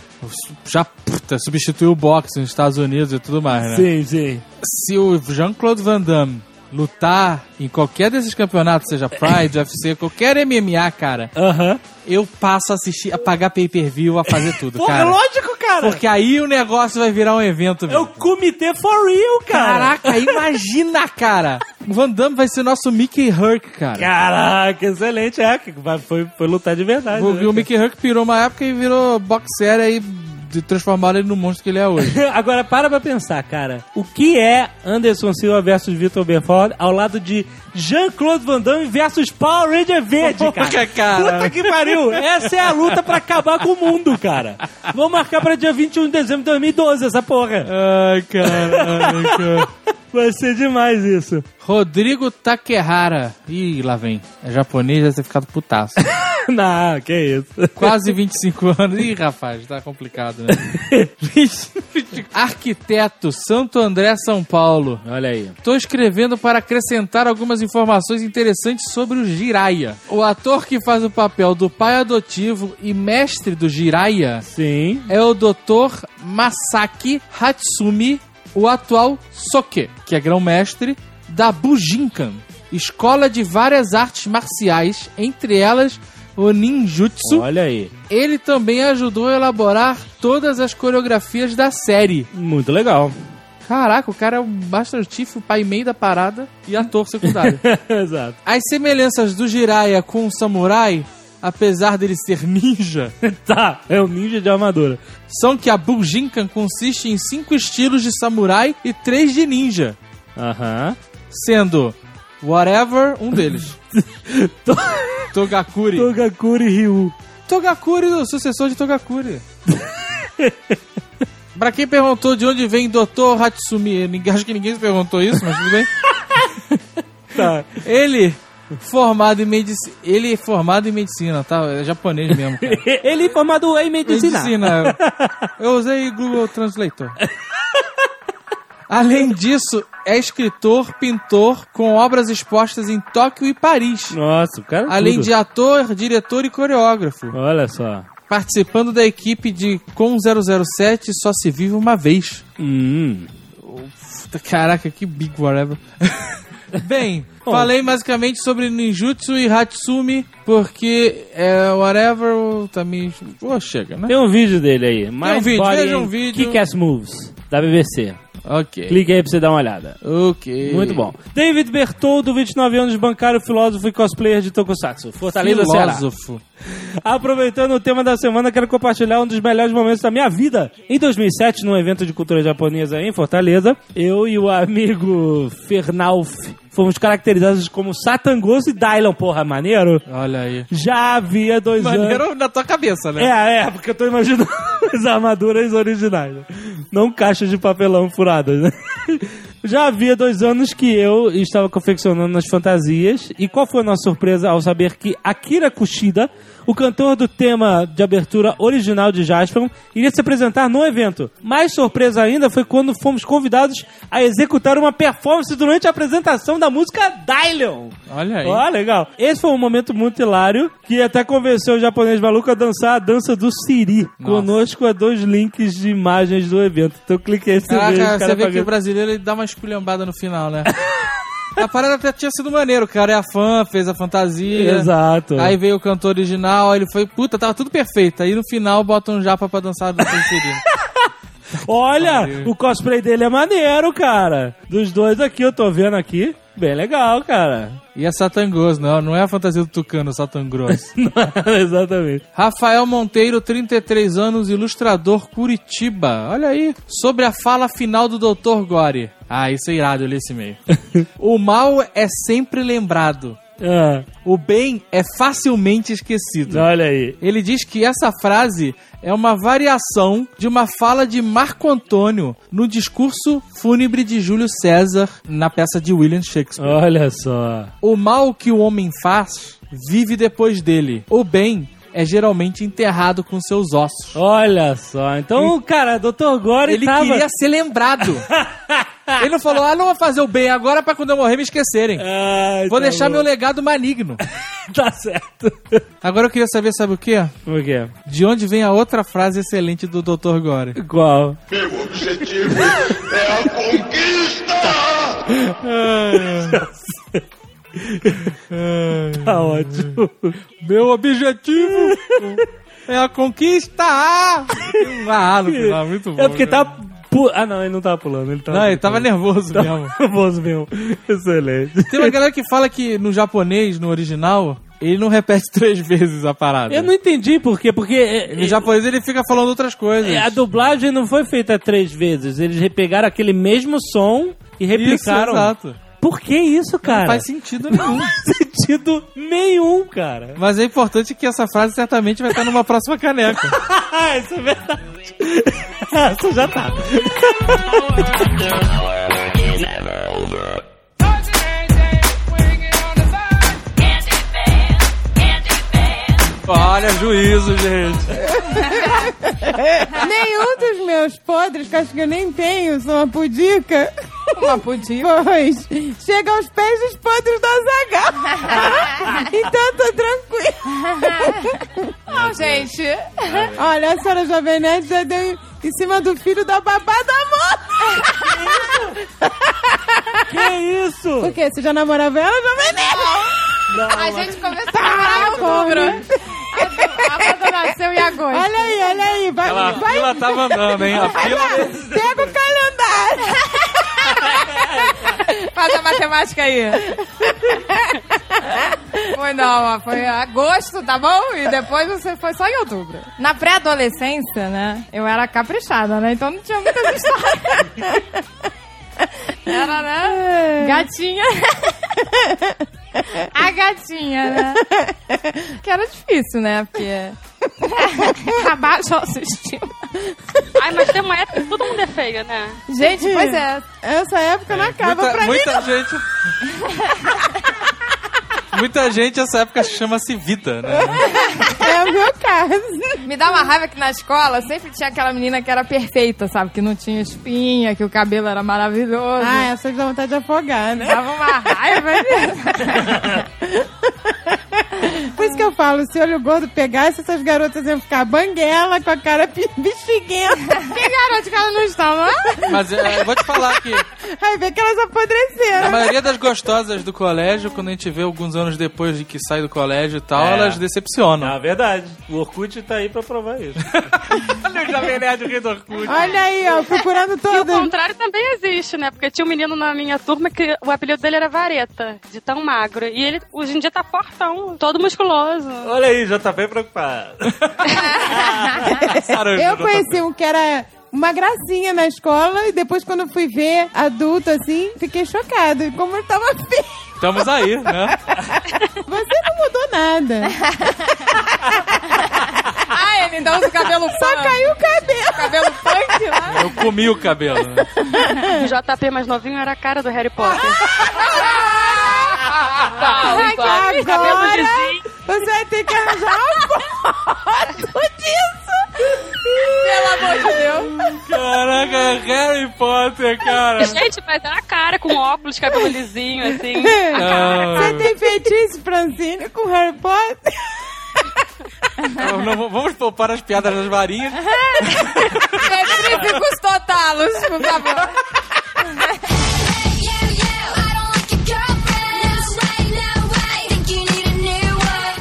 Speaker 6: Já puta, substituiu o boxe nos Estados Unidos e tudo mais, né?
Speaker 2: Sim, sim.
Speaker 6: Se o Jean-Claude Van Damme lutar em qualquer desses campeonatos, seja Pride, UFC, qualquer MMA, cara,
Speaker 2: Aham.
Speaker 6: eu passo a assistir, a pagar pay-per-view, a fazer tudo,
Speaker 2: Porra,
Speaker 6: cara.
Speaker 2: é lógico, cara.
Speaker 6: Porque aí o negócio vai virar um evento,
Speaker 2: É o
Speaker 6: mesmo.
Speaker 2: comitê for real, cara.
Speaker 6: Caraca, imagina, cara! O Van Damme vai ser nosso Mickey Herc, cara.
Speaker 2: Caraca, excelente. É, que vai- foi, foi lutar de verdade.
Speaker 6: O,
Speaker 2: né,
Speaker 6: o
Speaker 2: cara?
Speaker 6: Mickey Herc pirou uma época e virou boxer aí de transformaram ele no monstro que ele é hoje.
Speaker 2: Agora, para pra pensar, cara. O que é Anderson Silva versus Vitor Belfort ao lado de Jean-Claude Van Damme versus Power Ranger Verde, cara?
Speaker 6: Porra, cara.
Speaker 2: Puta que pariu! Essa é a luta pra acabar com o mundo, cara. Vou marcar pra dia 21 de dezembro de 2012 essa porra.
Speaker 6: Ai, caraca.
Speaker 2: Vai ser demais isso.
Speaker 6: Rodrigo Takehara. Ih, lá vem. É japonês, deve ter ficado putaço.
Speaker 2: Não, que isso.
Speaker 6: Quase 25 anos. Ih, rapaz, tá complicado, né? Arquiteto, Santo André, São Paulo.
Speaker 2: Olha aí.
Speaker 6: Tô escrevendo para acrescentar algumas informações interessantes sobre o Jiraiya. O ator que faz o papel do pai adotivo e mestre do Jiraiya
Speaker 2: Sim.
Speaker 6: é o Dr. Masaki Hatsumi, o atual Soke, que é grão-mestre da Bujinkan, escola de várias artes marciais, entre elas o ninjutsu.
Speaker 2: Olha aí.
Speaker 6: Ele também ajudou a elaborar todas as coreografias da série.
Speaker 2: Muito legal.
Speaker 6: Caraca, o cara é o Master Chief, o pai meio da parada e ator secundário.
Speaker 2: Exato.
Speaker 6: As semelhanças do Jiraiya com o samurai, apesar dele ser ninja,
Speaker 2: Tá, é um ninja de armadura.
Speaker 6: são que a Bujinkan consiste em cinco estilos de samurai e três de ninja,
Speaker 2: Aham.
Speaker 6: sendo Whatever um deles. Togakuri.
Speaker 2: Togakuri Ryu.
Speaker 6: Togakuri, o sucessor de Togakuri. pra quem perguntou de onde vem Dr. Hatsumi, ninguém- acho que ninguém perguntou isso, mas tudo bem.
Speaker 2: Tá.
Speaker 6: Ele formado em medicina. Ele é formado em medicina, tá? É japonês mesmo. Cara.
Speaker 2: Ele é formado em medicina.
Speaker 6: Medicina. Eu usei Google Translator. Além disso, é escritor, pintor, com obras expostas em Tóquio e Paris.
Speaker 2: Nossa, o cara. é
Speaker 6: Além
Speaker 2: tudo.
Speaker 6: de ator, diretor e coreógrafo.
Speaker 2: Olha só.
Speaker 6: Participando da equipe de Com 007 Só Se Vive Uma Vez.
Speaker 2: Hum.
Speaker 6: Puta, Caraca, que big whatever. Bem, falei basicamente sobre ninjutsu e hatsumi, porque é whatever, o Tami... Pô, chega, né?
Speaker 2: Tem um vídeo dele aí. Mais
Speaker 6: um vídeo, veja um vídeo.
Speaker 2: Kick-Ass Moves, da BBC.
Speaker 6: Ok.
Speaker 2: Clique aí pra você dar uma olhada.
Speaker 6: Ok.
Speaker 2: Muito bom. David Bertoldo, 29 anos, bancário, filósofo e cosplayer de Tokusatsu.
Speaker 6: Tá
Speaker 2: Fortaleza, Ceará.
Speaker 6: Filósofo.
Speaker 2: Aproveitando o tema da semana, quero compartilhar um dos melhores momentos da minha vida. Em 2007, num evento de cultura japonesa em Fortaleza, eu e o amigo Fernalf fomos caracterizados como Satangos e Dylan. Porra, maneiro?
Speaker 6: Olha aí.
Speaker 2: Já havia dois anos.
Speaker 6: Maneiro na tua cabeça, né?
Speaker 2: É, é, porque eu tô imaginando as armaduras originais. né? Não caixas de papelão furadas, né? Já havia dois anos que eu estava confeccionando as fantasias. E qual foi a nossa surpresa ao saber que Akira Kushida, o cantor do tema de abertura original de Jaspion, iria se apresentar no evento. Mais surpresa ainda foi quando fomos convidados a executar uma performance durante a apresentação da música Dailion.
Speaker 6: Olha aí.
Speaker 2: Ó, legal. Esse foi um momento muito hilário que até convenceu o japonês maluco a dançar a dança do Siri. Conosco a dois links de imagens do evento. Então cliquei nesse vídeo.
Speaker 6: Caraca,
Speaker 2: cara
Speaker 6: você vê que
Speaker 2: pagando-
Speaker 6: o brasileiro ele dá uma esculhambada no final, né? A parada até tinha sido maneiro, cara. É a fã, fez a fantasia.
Speaker 2: Exato.
Speaker 6: né? Aí veio o cantor original, aí ele foi, puta, tava tudo perfeito. Aí no final bota um japa pra dançar do Sancerino.
Speaker 2: Olha,
Speaker 6: Valeu.
Speaker 2: o cosplay dele é maneiro, cara. Dos dois aqui, eu tô vendo aqui. Bem legal, cara.
Speaker 6: E é Satangoso, não, não é a fantasia do Tucano, Satangoso.
Speaker 2: Exatamente.
Speaker 6: Rafael Monteiro, 33 anos, ilustrador Curitiba. Olha aí. Sobre a fala final do Dr. Gore. Ah, isso é irado, eu li esse e-mail. o mal é sempre lembrado.
Speaker 2: Ah,
Speaker 6: O bem é facilmente esquecido.
Speaker 2: olha aí.
Speaker 6: Ele diz que essa frase é uma variação de uma fala de Marco Antônio no discurso fúnebre de Júlio César na peça de William Shakespeare.
Speaker 2: Olha só.
Speaker 6: O mal que o homem faz vive depois dele. O bem é geralmente enterrado com seus ossos.
Speaker 2: Olha só. Então, cara, Dr. Gore
Speaker 6: Ele
Speaker 2: tava...
Speaker 6: queria ser lembrado. Ele não falou, ah, não vou fazer o bem agora pra quando eu morrer me esquecerem.
Speaker 2: Ai,
Speaker 6: Vou
Speaker 2: tá
Speaker 6: deixar
Speaker 2: bom.
Speaker 6: meu legado maligno.
Speaker 2: Tá certo.
Speaker 6: Agora eu queria saber, sabe o quê?
Speaker 2: Por quê?
Speaker 6: De onde vem a outra frase excelente do Dr. Gore?
Speaker 2: Qual?
Speaker 8: Meu objetivo é a conquista!
Speaker 2: Tá ótimo.
Speaker 6: Meu objetivo é a conquista! Ah, no final, muito bom. né?
Speaker 2: É porque
Speaker 6: cara.
Speaker 2: tá... pu- Ah, não, ele não tava pulando. Ele tava...
Speaker 6: Não, ele tava nervoso mesmo.
Speaker 2: nervoso mesmo. Excelente.
Speaker 6: Tem uma galera que fala que no japonês, no original, ele não repete três vezes a parada.
Speaker 2: Eu não entendi por quê, porque... é,
Speaker 6: No
Speaker 2: é,
Speaker 6: japonês ele fica falando outras coisas.
Speaker 2: É, A dublagem não foi feita três vezes. Eles repegaram aquele mesmo som e
Speaker 6: Isso,
Speaker 2: replicaram.
Speaker 6: exato.
Speaker 2: Por que isso, cara?
Speaker 6: Não faz sentido nenhum.
Speaker 2: sentido nenhum, cara.
Speaker 6: Mas é importante que essa frase certamente vai estar numa próxima caneca.
Speaker 2: Ah, isso é verdade. Essa já tá.
Speaker 6: Olha, juízo, gente.
Speaker 3: Nenhum dos meus podres, que acho que eu nem tenho, sou uma pudica. Uma pudica? Pois. Chega aos pés dos podres do Azagal. então eu tô tranquila.
Speaker 4: Não, gente.
Speaker 3: Olha, a senhora Jovem Nerd já deu em cima do filho da babá da mão.
Speaker 2: Que isso?
Speaker 3: Por quê? Você já namorava ela, Jovem Nerd?
Speaker 4: A gente começou a namorar em outubro. A a Amanda nasceu em agosto.
Speaker 3: Olha aí, olha aí. Vai, vai.
Speaker 6: tava andando, né? hein? A
Speaker 3: vai lá. Pega o calendário.
Speaker 4: Faz a matemática aí. Foi não, ó, foi agosto, tá bom? E depois você foi só em outubro. Na pré-adolescência, né? Eu era caprichada, né? Então não tinha muitas histórias. Era, né? Gatinha. A gatinha, né? Que era difícil, né? Porque. Abaixa a autoestima.
Speaker 5: Ai, mas tem uma época que todo mundo é feio, né?
Speaker 4: Gente, pois é.
Speaker 3: Essa época não acaba
Speaker 6: Muita,
Speaker 3: pra mim.
Speaker 6: muita gente. muita gente essa época chama-se vida, né?
Speaker 3: não. É o meu caso.
Speaker 4: Me dá uma raiva que na escola sempre tinha aquela menina que era perfeita, sabe? Que não tinha espinha, que o cabelo era maravilhoso.
Speaker 3: Ah, essa dá vontade de afogar, né?
Speaker 4: Dava uma raiva.
Speaker 3: Por isso que eu falo, se olho gordo pegasse, essas garotas iam ficar banguela, com a cara pi- bexiguenta.
Speaker 4: que garoto que ela não estava?
Speaker 6: Mas eh, eu é, vou te falar que
Speaker 3: Aí vê que elas
Speaker 6: A
Speaker 3: apodreceram.
Speaker 6: maioria das gostosas do colégio, quando a gente vê alguns anos depois de que sai do colégio e tal,
Speaker 2: É.
Speaker 6: elas decepcionam.
Speaker 2: Na verdade, o Orkut tá aí pra provar isso. Olha o Jovem Nerd o rei do Orkut.
Speaker 3: Olha aí, ó, procurando
Speaker 5: E o
Speaker 3: todas.
Speaker 5: contrário também existe, né? Porque tinha um menino na minha turma que o apelido dele era Vareta, de tão magro. E ele hoje em dia tá fortão, todo musculoso.
Speaker 2: Olha aí, já tá bem preocupado. Saranja,
Speaker 3: Eu
Speaker 2: JP.
Speaker 3: conheci um que era uma gracinha na escola e depois quando eu fui ver adulto assim, fiquei chocado. E Como ele tava feio.
Speaker 6: Estamos aí, né?
Speaker 3: Você não mudou nada.
Speaker 4: Ah, ele ainda usa o cabelo punk.
Speaker 3: Só caiu o cabelo.
Speaker 4: Cabelo punk lá.
Speaker 6: Eu comi o cabelo. né?
Speaker 5: O JP mais novinho era a cara do Harry Potter. Ah,
Speaker 3: Agora
Speaker 5: cabelo de zinco.
Speaker 3: você vai ter que arranjar uma foto disso.
Speaker 4: Pelo amor de Deus.
Speaker 6: Caraca, Harry Potter, cara.
Speaker 5: Gente, mas era a cara com óculos, cabelo lisinho, assim.
Speaker 6: Ah,
Speaker 3: Você tem feitiço, Francine, com Harry Potter?
Speaker 6: não, não, vamos poupar as piadas das varinhas.
Speaker 4: Petrificos totalos, por favor.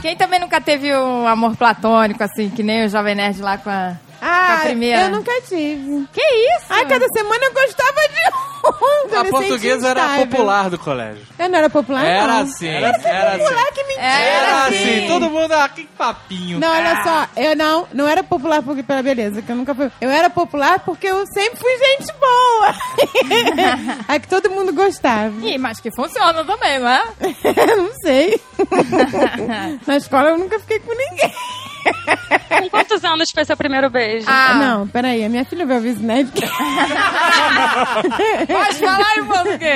Speaker 4: Quem também nunca teve um amor platônico, assim, que nem o Jovem Nerd lá com a.
Speaker 3: Ah,
Speaker 4: primeira.
Speaker 3: eu nunca tive.
Speaker 4: Que isso?
Speaker 3: Ai, cada semana eu gostava de um.
Speaker 6: A portuguesa era popular do colégio.
Speaker 3: Eu não era popular,
Speaker 6: Era
Speaker 3: não.
Speaker 6: assim, era assim.
Speaker 3: Popular, que mentira.
Speaker 6: Era
Speaker 4: assim.
Speaker 6: assim, todo mundo, ah, que papinho.
Speaker 3: Não, olha só, eu não, não era popular porque, pela beleza, que eu nunca fui. Eu era popular porque eu sempre fui gente boa. Aí que todo mundo gostava.
Speaker 4: Ih, mas que funciona também, não é?
Speaker 3: Eu não sei. Na escola eu nunca fiquei com ninguém.
Speaker 5: Ah, Com quantos anos foi seu primeiro beijo?
Speaker 4: Ah.
Speaker 3: Não, peraí, a minha filha vai ouvir isso, né? Porque-
Speaker 4: Pode falar em português.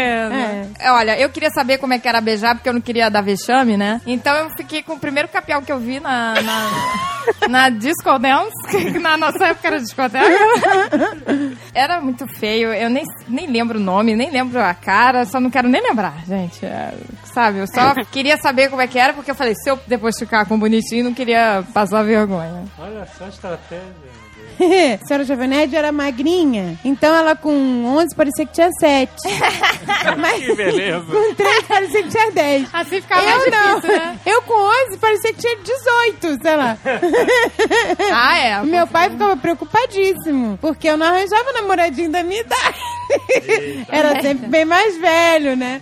Speaker 4: É. Olha, eu queria saber como é que era beijar, porque eu não queria dar vexame, né? Então eu fiquei com o primeiro capial que eu vi na... Na, na Disco Dance, que na nossa época era discoteca. Era muito feio, eu nem, nem lembro o nome, nem lembro a cara, só não quero nem lembrar, gente. É, sabe, eu só queria saber como é que era, porque eu falei, se eu depois ficar com bonitinho, não queria passar vergonha.
Speaker 2: Olha só a estratégia.
Speaker 3: a senhora Jovem Nerd era magrinha, então ela com 11 parecia que tinha 7. Mas
Speaker 2: Que beleza.
Speaker 3: com 3 parecia que tinha 10.
Speaker 4: Assim ficava mais
Speaker 3: Eu não.
Speaker 4: difícil, né?
Speaker 3: Eu com 11 parecia que tinha 18, sei lá.
Speaker 4: Ah, é.
Speaker 3: O Meu pai ficava preocupadíssimo, porque eu não arranjava namoradinho da minha idade. Era sempre bem mais velho, né?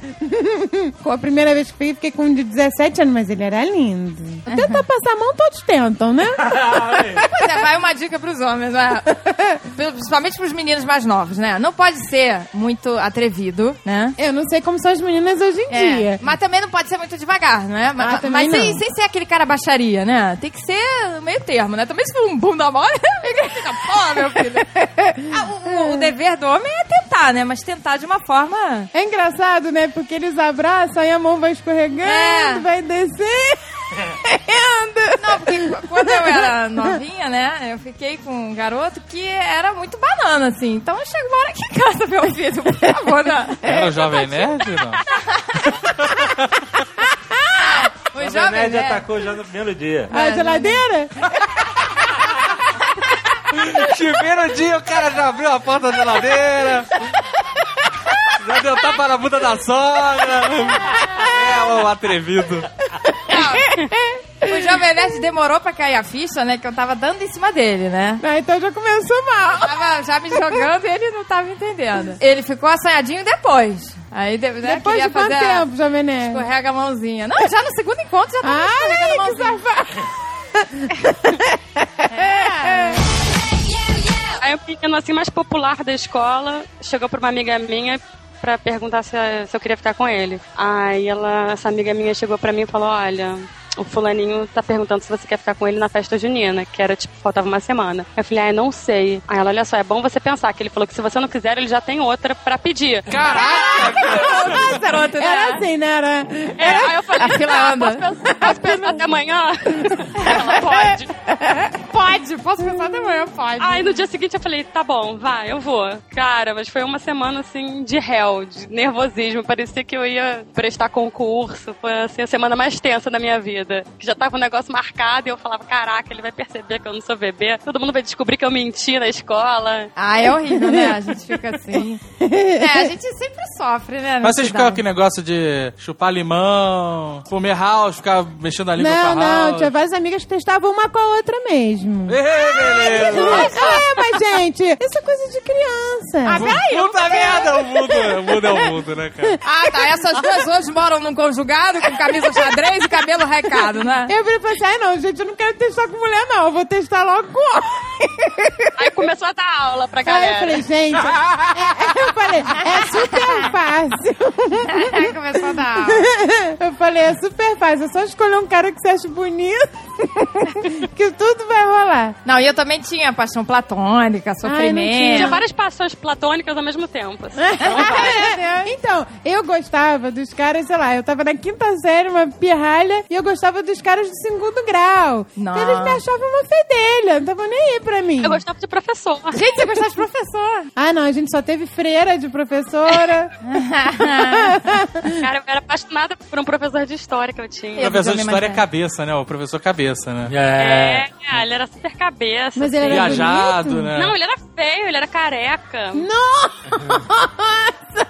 Speaker 3: Com A primeira vez que fui, fiquei com um de 17 anos, mas ele era lindo. Tentar passar a mão, todos tentam, né?
Speaker 4: Pois é, vai uma dica pros homens, né? Principalmente pros meninos mais novos, né? Não pode ser muito atrevido, né?
Speaker 3: Eu não sei como são as meninas hoje em
Speaker 4: É,
Speaker 3: dia.
Speaker 4: Mas também não pode ser muito devagar, né? Mas,
Speaker 3: Ah, também
Speaker 4: mas sem,
Speaker 3: não.
Speaker 4: sem ser aquele cara baixaria, né? Tem que ser meio termo, né? Também se for um bunda mole, fica pô, meu filho. Ah, o, o- o dever do homem é tentar, né? Mas tentar de uma forma.
Speaker 3: É engraçado, né? Porque eles abraçam, aí a mão vai escorregando,
Speaker 4: É.
Speaker 3: vai descer.
Speaker 4: Não, porque quando eu era novinha, né? Eu fiquei com um garoto que era muito banana, assim. Então chega uma hora aqui em casa, meu filho, por favor, né?
Speaker 6: Era o Jovem Nerd? Não.
Speaker 4: O
Speaker 2: A
Speaker 4: jovem,
Speaker 2: Nerd
Speaker 4: né?
Speaker 6: é.
Speaker 3: tá-
Speaker 2: atacou já no primeiro
Speaker 4: É.
Speaker 2: dia.
Speaker 3: A geladeira?
Speaker 6: Primeiro dia o cara já abriu a porta da geladeira. Já deu tapa na bunda da sogra. É, o atrevido.
Speaker 4: O Jovem Nerd demorou pra cair a ficha, né? Que eu tava dando em cima dele, né?
Speaker 3: Ah, então já começou mal.
Speaker 4: Tava já me jogando e ele não tava entendendo. Ele ficou assanhadinho depois. Aí de- né,
Speaker 3: Depois
Speaker 4: queria
Speaker 3: de quanto
Speaker 4: fazer a-
Speaker 3: tempo, Jovem Nerd?
Speaker 4: Escorrega a mãozinha. Não, já no segundo encontro já tava
Speaker 3: Ah,
Speaker 4: escorregando a
Speaker 3: olha aí, que
Speaker 4: mãozinha.
Speaker 3: safado.
Speaker 5: Aí um menino assim mais popular da escola chegou pra uma amiga minha pra perguntar se, se eu queria ficar com ele. Aí ela, essa amiga minha chegou pra mim e falou: Olha. O fulaninho tá perguntando se você quer ficar com ele na festa junina, que era tipo, faltava uma semana. Aí Eu falei, ai, não sei. Aí ela, olha só, é bom você pensar, que ele falou que se você não quiser, ele já tem outra pra pedir.
Speaker 6: Caraca!
Speaker 4: Garoto, né?
Speaker 3: Era assim, né? Era...
Speaker 5: É, aí eu falei,
Speaker 4: A fila
Speaker 5: "Ah,
Speaker 4: anda."
Speaker 5: posso pensar, posso pensar até amanhã? Ela pode.
Speaker 4: Pode, posso pensar até amanhã, pode.
Speaker 5: Aí Ah, no dia seguinte eu falei, tá bom, vai, eu vou. Cara, mas foi uma semana assim de réu, de nervosismo. Parecia que eu ia prestar concurso. Foi assim a semana mais tensa da minha vida. Que já tava um negócio marcado e eu falava, caraca, ele vai perceber que eu não sou bebê. Todo mundo vai descobrir que eu menti na escola.
Speaker 4: Ah, é horrível, né? A gente fica assim. É, a gente sempre sofre, né?
Speaker 6: Mas vocês
Speaker 4: nessa idade.
Speaker 6: ficavam com aquele negócio de chupar limão, comer house, ficar mexendo a língua
Speaker 3: Não,
Speaker 6: pra house.
Speaker 3: não, tinha várias amigas que testavam uma com a outra mesmo.
Speaker 6: Ei, beleza.
Speaker 3: É, mas, gente, isso é coisa de criança.
Speaker 4: Ah, peraí, eu
Speaker 6: Puta merda, o mundo, o mundo é o mundo, né, cara?
Speaker 4: Ah, tá. Essas duas hoje moram num conjugado com camisa xadrez e cabelo recado, né?
Speaker 3: Eu virei e falei assim, ai não, gente, eu não quero testar com mulher, não. Eu vou testar logo com homem.
Speaker 5: Aí começou a dar aula pra
Speaker 3: Aí eu
Speaker 5: galera.
Speaker 3: falei, gente, é- eu falei, é super fácil.
Speaker 4: Aí É, começou a dar aula.
Speaker 3: Eu falei, é super fácil, é só escolher um cara que você acha bonito, que tudo vai rolar.
Speaker 4: Não, e eu também tinha paixão platônica,
Speaker 3: É.
Speaker 4: sofrimento.
Speaker 5: Tinha várias paixões platônicas ao mesmo tempo. assim.
Speaker 3: Então, eu gostava dos caras, sei lá, eu tava na quinta série, uma pirralha, e eu gostava dos caras do segundo grau.
Speaker 4: Não.
Speaker 3: Então eles me achavam uma fedelha, não tava nem aí pra mim.
Speaker 5: Eu gostava de professor.
Speaker 4: Gente, você gostava de professor.
Speaker 3: Ah, não, a gente só teve freira de professora.
Speaker 5: Cara, eu era apaixonada por um professor de história que eu tinha.
Speaker 4: Eu-
Speaker 6: O professor de
Speaker 4: me
Speaker 6: história é
Speaker 4: imaginar.
Speaker 6: cabeça, né? O professor cabeça, né?
Speaker 5: É, ele era super cabeça. assim.
Speaker 3: Mas ele era
Speaker 6: Viajado,
Speaker 3: bonito?
Speaker 6: né?
Speaker 5: Não, ele era feio, ele era careca.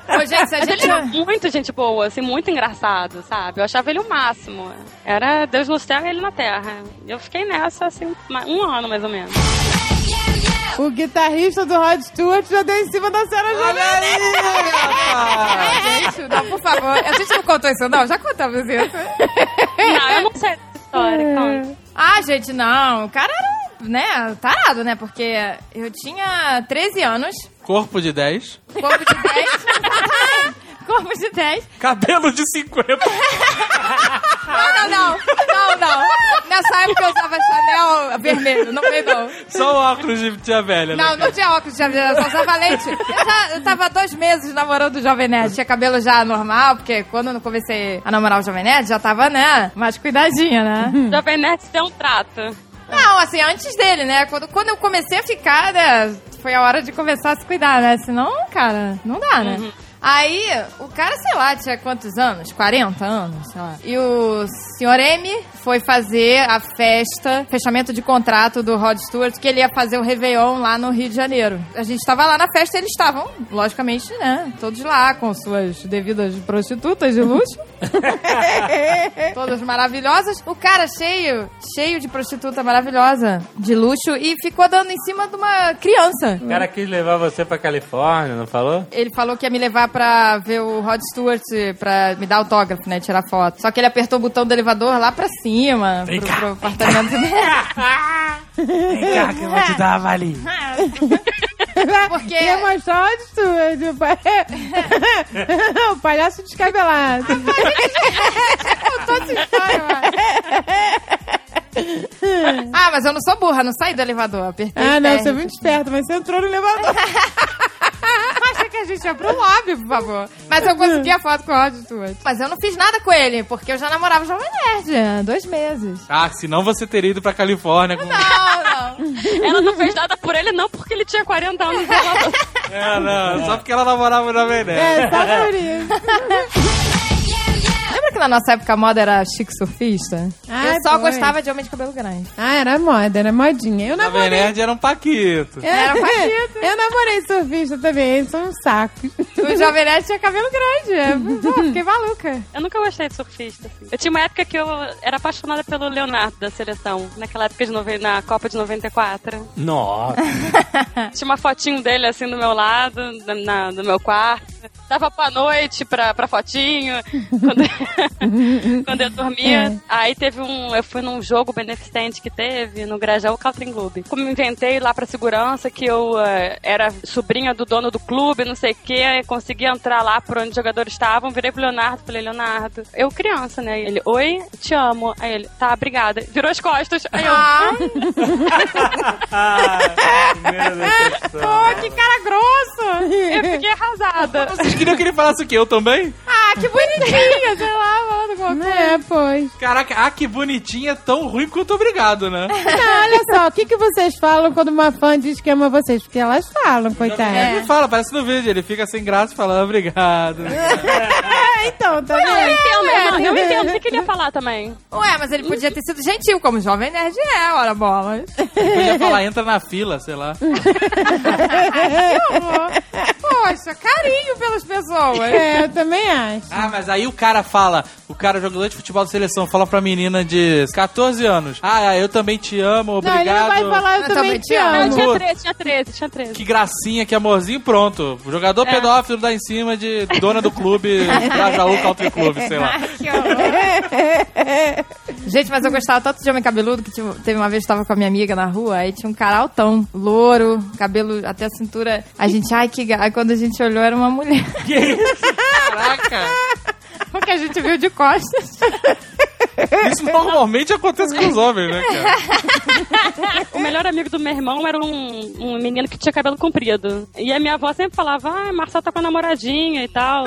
Speaker 4: Ô, gente, se a
Speaker 5: Mas
Speaker 4: gente...
Speaker 5: ele era muito gente boa, assim, muito engraçado, sabe? Eu achava ele o máximo. Era Deus no céu e ele na terra. Eu fiquei nessa, assim, ma- um ano mais ou menos.
Speaker 3: O guitarrista do Rod Stewart já deu em cima da Sarah Giovanni.
Speaker 6: Rapaz!
Speaker 4: É. Gente, não, por favor. A gente não contou isso, não. Já contamos isso.
Speaker 5: Não, eu não sei essa história, conta.
Speaker 4: Ah, gente, não. O cara era, um, né, tarado, né? Porque eu tinha 13 anos,
Speaker 6: Corpo de 10,
Speaker 4: corpo de 10. corpo de 10.
Speaker 6: cabelo de 50.
Speaker 4: Não, não, não. Não, não. Nessa época eu usava Chanel vermelho. Não veio, não.
Speaker 6: Só o óculos de tia velha, né?
Speaker 4: Não, não tinha óculos, tinha eu só usava lente. Eu já eu tava dois meses namorando o Jovem Nerd. Tinha cabelo já normal, porque quando eu comecei a namorar o Jovem Nerd, já tava, né, mais cuidadinha, né?
Speaker 5: Jovem Nerd deu um trato.
Speaker 4: Não, assim, antes dele, né? Quando, quando eu comecei a ficar, né? Foi a hora de começar a se cuidar, né? Senão, cara, não dá, né? Aí, o cara, sei lá, tinha quantos anos? 40 anos, sei lá. E o senhor M foi fazer a festa, fechamento de contrato do Rod Stewart, que ele ia fazer o Réveillon lá no Rio de Janeiro. A gente tava lá na festa, eles estavam, logicamente, né? Todos lá, com suas devidas prostitutas de luxo. Todas maravilhosas. O cara cheio, cheio de prostituta maravilhosa, de luxo, e ficou dando em cima de uma criança.
Speaker 9: O cara quis levar você pra Califórnia, não falou?
Speaker 4: Ele falou que ia me levar pra ver o Rod Stewart, pra me dar autógrafo, né? Tirar foto. Só que ele apertou o botão do elevador lá pra cima, pro, pro apartamento dele.
Speaker 2: É né?
Speaker 6: Vem cá que eu vou te dar a valinha.
Speaker 4: Porque-
Speaker 3: Ia mostrar o Rod Stewart. O, pa- o um palhaço descabelado.
Speaker 4: Ah, mas eu não sou burra, não saí do elevador. Apertei.
Speaker 3: ah, não,
Speaker 4: térreo.
Speaker 3: você é muito esperto, mas você entrou no elevador.
Speaker 4: Acha que a gente é pro lobby, por favor. Mas eu consegui a foto com o Rod Stewart. Mas eu não fiz nada com ele, porque eu já namorava o Jovem Nerd, há dois meses.
Speaker 6: Ah, senão você teria ido pra Califórnia com...
Speaker 4: Não, não.
Speaker 5: Ela não fez nada por ele, não, porque ele tinha 40 anos. de idade.
Speaker 6: É, não, só porque ela namorava o Jovem Nerd.
Speaker 3: É, só por isso.
Speaker 4: Lembra que na nossa época a moda era chique surfista?
Speaker 3: Ai,
Speaker 4: eu só
Speaker 3: foi.
Speaker 4: gostava de homem de cabelo grande.
Speaker 3: Ah, era moda, era modinha. Eu
Speaker 6: O Jovem
Speaker 3: namorei. É.
Speaker 6: Nerd era um paquito.
Speaker 3: Eu,
Speaker 4: Era um paquito.
Speaker 3: eu namorei surfista também, eles são um saco.
Speaker 4: O Jovem Nerd tinha cabelo grande. Eu, pô, fiquei maluca.
Speaker 5: Eu nunca gostei de surfista. assim. Eu tinha uma época que eu era apaixonada pelo Leonardo da seleção. Naquela época de noven... na Copa de 94.
Speaker 9: Nossa.
Speaker 5: Tinha uma fotinho dele assim do meu lado, na, na- no meu quarto. Dava pra noite pra, pra fotinho, quando, quando eu dormia. Aí teve um. Eu fui num jogo beneficente que teve no Grajaú Caltrim Clube. Como eu inventei lá pra segurança que eu eh, era sobrinha do dono do clube, não sei o quê, aí consegui entrar lá por onde os jogadores estavam, virei pro Leonardo, falei, Leonardo, eu criança, né? Ele, oi, te amo. Aí ele, tá, obrigada. Virou as costas. Aí eu,
Speaker 4: Ah,
Speaker 6: Ah, primeira decepção.
Speaker 4: que cara grosso!
Speaker 5: Eu fiquei arrasada. nada.
Speaker 6: Vocês queriam que ele falasse o quê? Eu também?
Speaker 4: Ah, que bonitinha, sei lá, mano. alguma coisa.
Speaker 3: É, pois.
Speaker 6: Caraca, ah, que bonitinha, tão ruim quanto obrigado, né?
Speaker 3: Não, olha só, o que, que vocês falam quando uma fã diz que ama vocês? Porque elas falam, coitada.
Speaker 6: Ele fala, parece no vídeo, ele fica sem graça e fala obrigado.
Speaker 3: É, então, tá
Speaker 5: Não, eu
Speaker 3: vendo?
Speaker 5: entendo, irmão, eu entendo. O que que ele ia falar também?
Speaker 4: Ué, mas ele podia ter sido gentil, como o Jovem Nerd é, ora bolas.
Speaker 6: Podia falar, entra na fila, sei lá.
Speaker 3: Uhum.
Speaker 4: Poxa, carinho pelas pessoas.
Speaker 3: É, eu também acho.
Speaker 6: Ah, mas aí o cara fala, o cara jogador de futebol de seleção, fala pra menina de 14 anos. Ah, eu também te amo,
Speaker 3: Não,
Speaker 6: obrigado.
Speaker 3: ele não vai falar, eu, também, te amo.
Speaker 5: Não, Ah, tinha
Speaker 6: Amor.
Speaker 5: 13, tinha 13, tinha 13.
Speaker 6: Que gracinha, que amorzinho, pronto. O jogador
Speaker 5: É.
Speaker 6: pedófilo dá em cima de dona do clube, Jaú Country Club, sei lá.
Speaker 4: Que horror. Gente, mas eu gostava tanto de homem cabeludo que tipo, teve uma vez que eu tava com a minha amiga na rua, aí tinha um cara altão, louro, cabelo até a cintura. A gente, ai que ga... Aí quando a gente olhou era uma mulher.
Speaker 6: Caraca!
Speaker 4: Porque a gente viu de costas.
Speaker 6: Isso normalmente acontece com os homens, né, cara?
Speaker 5: O melhor amigo do meu irmão era um, um menino que tinha cabelo comprido. E a minha avó sempre falava, ah, Marcel tá com a namoradinha e tal.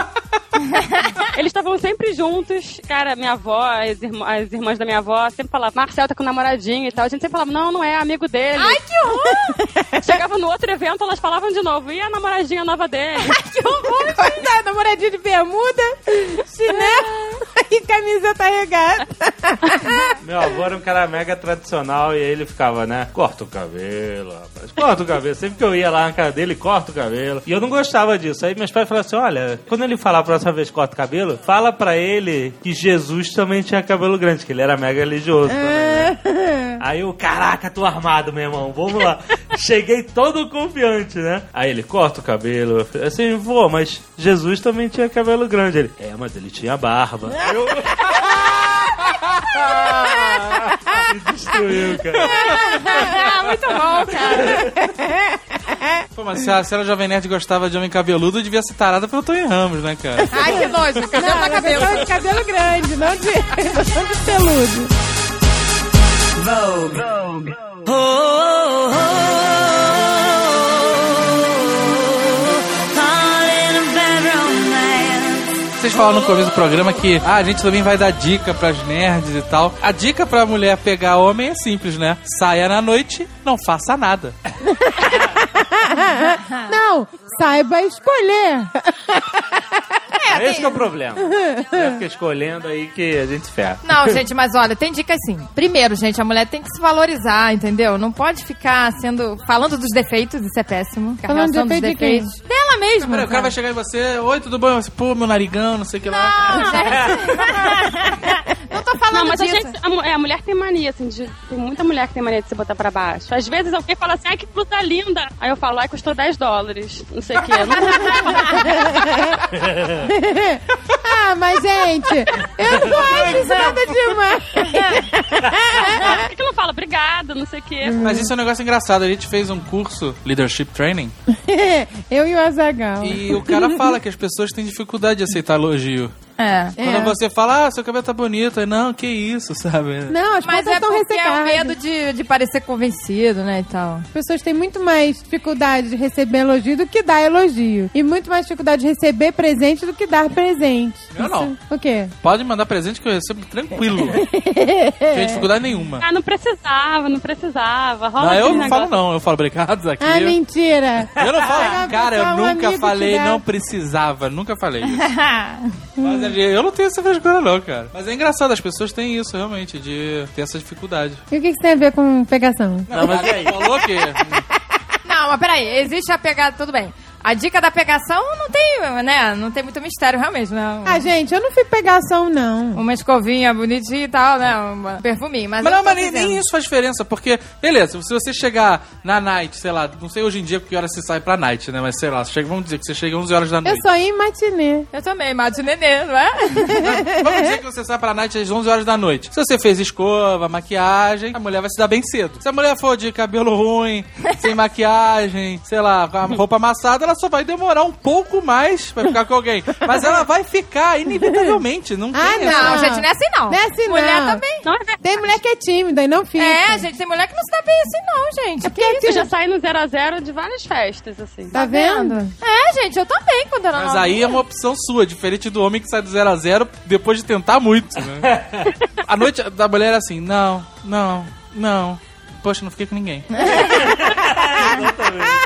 Speaker 5: Eles estavam sempre juntos. Cara, minha avó, as, irmã- as irmãs da minha avó sempre falavam, Marcel tá com namoradinha e tal. A gente sempre falava, não, não é, amigo dele. Ai, que horror! Chegava no outro evento, elas falavam de novo, e a namoradinha nova dele?
Speaker 3: Que horror, coitada, namoradinha de bermuda,
Speaker 4: Ah.
Speaker 3: chinelo e camiseta regada.
Speaker 9: Meu avô era um cara mega tradicional e aí ele ficava, né? Corta o cabelo, rapaz. Corta o cabelo. Sempre que eu ia lá na casa dele, corta o cabelo. E eu não gostava disso. Aí meus pais falaram assim: olha, quando ele falar a próxima vez corta o cabelo, fala pra ele que Jesus também tinha cabelo grande, que ele era mega religioso também. né? Aí eu, caraca, tô armado, meu irmão, vamos lá. Cheguei todo confiante, né? Aí ele corta o cabelo. Eu falei Assim, vou, mas Jesus também tinha cabelo grande. Ele, é, mas ele tinha barba. Eu. Me destruiu, cara.
Speaker 4: Ah, muito bom, cara.
Speaker 6: Pô, mas se a, se a Jovem Nerd gostava de homem cabeludo, devia ser tarada pelo Tony Ramos, né, cara?
Speaker 4: Ai, que nojo. Cabelo na
Speaker 3: Ela
Speaker 4: cabelo.
Speaker 3: gostava de cabelo grande, não de, não de peludo.
Speaker 6: Vocês falaram no começo do programa que ah, a gente também vai dar dica pras nerds e tal. A dica pra mulher pegar homem é simples, né? Saia na noite, não faça nada.
Speaker 3: Não, saiba escolher.
Speaker 9: Esse que é o problema. Você fica escolhendo aí que a gente se ferra.
Speaker 4: Não, gente, mas olha, tem dica assim. Primeiro, gente, a mulher tem que se valorizar, entendeu? Não pode ficar sendo. falando dos defeitos, isso é péssimo. Ficar
Speaker 3: Falando de
Speaker 4: realçando os
Speaker 3: defeito de quem?
Speaker 4: defeitos. Dela mesma.
Speaker 6: Peraí, o cara vai chegar em você, oi, tudo bom? Você, Pô, meu narigão, não sei o que lá.
Speaker 4: Não, gente. Não tô falando
Speaker 5: Não, mas a,
Speaker 4: disso.
Speaker 5: gente, a, mu- é, a mulher tem mania, assim, de- tem muita mulher que tem mania de se botar pra baixo. Às vezes alguém fala assim, ai, que blusa linda. Aí eu falo, ai, custou 10 dólares, não sei o quê. Não-
Speaker 3: Ah, mas gente, eu não acho
Speaker 4: é.
Speaker 3: isso nada demais.
Speaker 5: Por que que eu não falo, obrigada, não sei o quê.
Speaker 6: Mas isso é um negócio engraçado. A gente fez um curso, Leadership Training,
Speaker 3: Eu e o Azagal.
Speaker 6: e o cara fala que as pessoas têm dificuldade de aceitar elogio.
Speaker 4: É.
Speaker 6: Quando você fala, ah, seu cabelo tá bonito, aí, não, que isso, sabe?
Speaker 3: Não, as
Speaker 4: Mas
Speaker 3: pessoas
Speaker 4: é
Speaker 3: estão
Speaker 4: porque é o
Speaker 3: ressecadas.
Speaker 4: medo de, de parecer convencido, né, e tal.
Speaker 3: As pessoas têm muito mais dificuldade de receber elogio do que dar elogio. E muito mais dificuldade de receber presente do que dar presente.
Speaker 6: Eu não.
Speaker 3: Isso- é O quê?
Speaker 6: Pode mandar presente que eu recebo tranquilo. Não tem dificuldade nenhuma.
Speaker 5: Ah, não precisava, não precisava. Rola
Speaker 6: Não, eu
Speaker 5: aquele
Speaker 6: não
Speaker 5: negócio.
Speaker 6: falo não, eu falo obrigado aqui.
Speaker 3: Ah, mentira.
Speaker 6: Eu não
Speaker 3: Pegar
Speaker 6: falo.
Speaker 3: pra
Speaker 6: Cara, eu
Speaker 3: um amigo
Speaker 6: nunca
Speaker 3: te
Speaker 6: falei,
Speaker 3: dar.
Speaker 6: não precisava. Nunca falei isso. Mas é, eu não tenho essa frescura, não, cara. Mas é engraçado, as pessoas têm isso, realmente, de ter essa dificuldade.
Speaker 3: E o que, que tem a ver com pegação?
Speaker 6: Não, mas aí? Falou que.
Speaker 4: Não, mas peraí, existe a pegada, tudo bem. A dica da pegação não tem, né? Não tem muito mistério, realmente, né?
Speaker 3: Ah, gente, eu não fui pegação, não.
Speaker 4: Uma escovinha bonitinha e tal, né? Um perfuminho. Mas,
Speaker 6: Mas
Speaker 4: eu não
Speaker 6: não,
Speaker 4: tô
Speaker 6: mas nem,
Speaker 4: dizendo.
Speaker 6: nem isso faz diferença, porque, beleza, se você chegar na night, sei lá, não sei hoje em dia que hora você sai pra night, né? Mas sei lá, chega, vamos dizer que você chega 11 horas da
Speaker 3: Eu
Speaker 6: noite.
Speaker 3: só ia em matinê.
Speaker 4: Eu também, mato nenê, não é?
Speaker 6: Vamos dizer que você sai pra night às 11 horas da noite. Se você fez escova, maquiagem, a mulher vai se dar bem cedo. Se a mulher for de cabelo ruim, sem maquiagem, sei lá, com a roupa amassada, ela ela só vai demorar um pouco mais pra ficar com alguém. Mas ela vai ficar, inevitavelmente. Não tem
Speaker 3: Ah,
Speaker 6: essa.
Speaker 4: Não,
Speaker 3: Não.
Speaker 4: gente, não é assim não.
Speaker 3: Não é assim,
Speaker 4: Mulher
Speaker 3: não.
Speaker 4: também.
Speaker 5: Não é verdade.
Speaker 3: Tem mulher que é tímida e não fica.
Speaker 4: É, gente, tem mulher que não se dá bem assim não, gente.
Speaker 3: porque é
Speaker 5: Eu
Speaker 3: tímida.
Speaker 5: já saí no 0 a 0 de várias festas, assim.
Speaker 3: Tá vendo?
Speaker 4: É, gente, eu também quando era
Speaker 6: Mas
Speaker 4: nova.
Speaker 6: aí é uma opção sua, diferente do homem que sai do 0 a 0 depois de tentar muito, né? a noite da mulher era assim, não, não, não. Poxa, não fiquei com ninguém.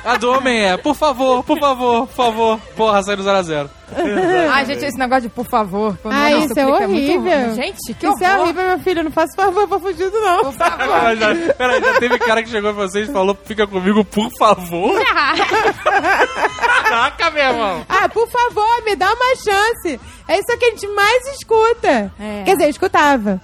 Speaker 6: a do homem é, por favor, por favor, por favor. Porra, sai do 0 a 0
Speaker 4: Ai, gente, esse negócio de por favor. Quando
Speaker 3: Ah,
Speaker 4: não
Speaker 3: isso é
Speaker 4: suplica, muito
Speaker 3: horrível.
Speaker 4: ruim. Gente, que
Speaker 3: Isso é
Speaker 4: horror.
Speaker 3: horrível, meu filho. Não faço favor pra fugir do não.
Speaker 4: Por favor.
Speaker 6: Ah, já, peraí, já teve cara que chegou pra vocês e falou, fica comigo, por favor. Caraca, meu irmão.
Speaker 3: Ah, por favor, me dá uma chance. É isso que a gente mais escuta.
Speaker 4: É.
Speaker 3: Quer dizer, escutava.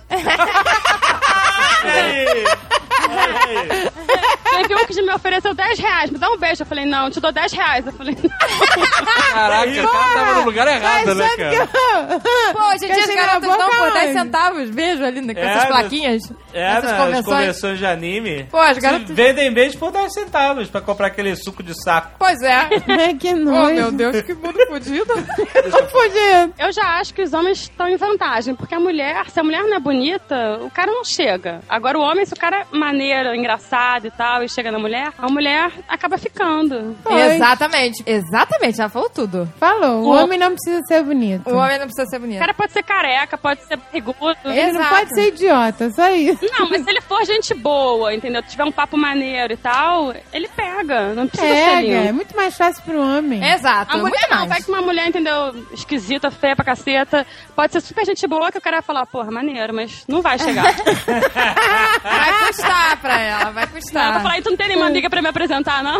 Speaker 5: Teve um que me ofereceu 10 reais, me dá um beijo. Eu falei, não, eu te dou 10 reais. Eu falei,
Speaker 6: Caraca, o cara tava no lugar errado, né,
Speaker 3: achando
Speaker 6: cara?
Speaker 4: Pô, gente,
Speaker 3: Quer
Speaker 4: as
Speaker 3: chegar na
Speaker 4: garotas
Speaker 3: boca
Speaker 4: dão por 10
Speaker 3: onde?
Speaker 4: centavos. Beijo ali né, com
Speaker 9: É,
Speaker 4: essas
Speaker 9: mas-
Speaker 4: plaquinhas.
Speaker 9: É,
Speaker 4: essas
Speaker 9: nas
Speaker 4: convenções.
Speaker 9: convenções. de anime.
Speaker 4: Pô, as
Speaker 9: se
Speaker 4: garotas-
Speaker 9: Vendem beijo por 10 centavos pra comprar aquele suco de saco.
Speaker 4: Pois é.
Speaker 3: não. É que
Speaker 4: Oh,
Speaker 3: não.
Speaker 4: meu Deus, que mundo fodido.
Speaker 3: Tô fugindo.
Speaker 5: eu já acho que os homens estão em vantagem, porque a mulher, se a mulher não é bonita, o cara não chega. Agora o homem, se o cara é maneiro, engraçado e tal, e chega na mulher, a mulher acaba ficando.
Speaker 3: Foi.
Speaker 4: Exatamente. Exatamente, já falou tudo.
Speaker 3: Falou, o
Speaker 5: O-
Speaker 3: homem não precisa ser bonito.
Speaker 4: O homem não precisa ser
Speaker 5: O
Speaker 4: bonito.
Speaker 5: cara pode ser careca, pode ser barrigudo.
Speaker 3: Ele não
Speaker 4: Exato.
Speaker 3: pode ser idiota, só isso.
Speaker 5: Não, mas se ele for gente boa, entendeu? Tiver um papo maneiro e tal, ele pega. Não precisa ser
Speaker 3: É,
Speaker 5: lindo.
Speaker 3: cara, é muito mais fácil pro homem.
Speaker 4: É, Exato.
Speaker 5: A mulher
Speaker 4: muito
Speaker 5: não, vai
Speaker 4: mais.
Speaker 5: que uma mulher, entendeu, esquisita, feia pra caceta, pode ser super gente boa que o cara vai falar, porra, maneiro, mas não vai chegar. Não,
Speaker 4: Vai custar pra ela, vai
Speaker 5: eu vou
Speaker 4: custar.
Speaker 5: falar, e tu não tem nenhuma amiga pra me apresentar, não?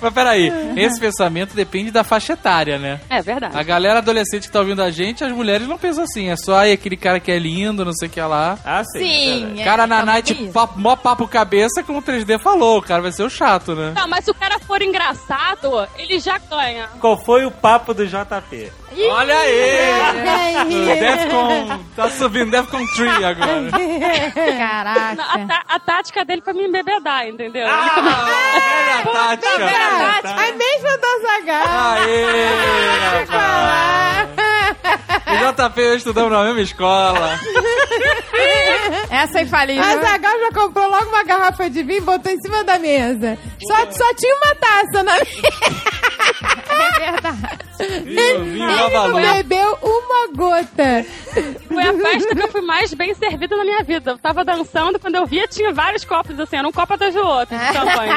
Speaker 6: Mas peraí, esse pensamento depende da faixa etária, né?
Speaker 5: É verdade.
Speaker 6: A galera adolescente que tá ouvindo a gente, as mulheres não pensam assim. É só aí aquele cara que é lindo, não sei o que lá.
Speaker 9: Ah, sim. é verdade.
Speaker 4: Sim. é,
Speaker 6: cara
Speaker 4: tá
Speaker 6: na
Speaker 4: muito
Speaker 6: night,
Speaker 4: isso.
Speaker 6: papo, mó papo cabeça, como o 3D falou. O cara vai ser o chato, né?
Speaker 5: Não, mas se o cara for engraçado, ele já ganha.
Speaker 9: Qual foi o papo do JP?
Speaker 3: Olha
Speaker 6: Olha aí!
Speaker 4: É,
Speaker 3: aí.
Speaker 6: Defcon, tá subindo Defcon 3 agora.
Speaker 4: Caraca.
Speaker 5: A, ta- a tática dele foi me embebedar, entendeu?
Speaker 6: Ah, velha tática.
Speaker 3: É mesmo da Zagal.
Speaker 6: Aê, rapaz. O JP e eu estudamos na mesma escola.
Speaker 4: Essa é infalível.
Speaker 3: A Zagal já comprou logo uma garrafa de vinho e botou em cima da mesa. Só, só tinha uma taça na mesa.
Speaker 6: Vinho, vinho, nova
Speaker 3: Ele não
Speaker 6: luz.
Speaker 3: bebeu uma gota.
Speaker 5: Foi a festa que eu fui mais bem servida na minha vida. Eu tava dançando, quando eu via, tinha vários copos, assim, era um copo atrás do outro, de champanhe.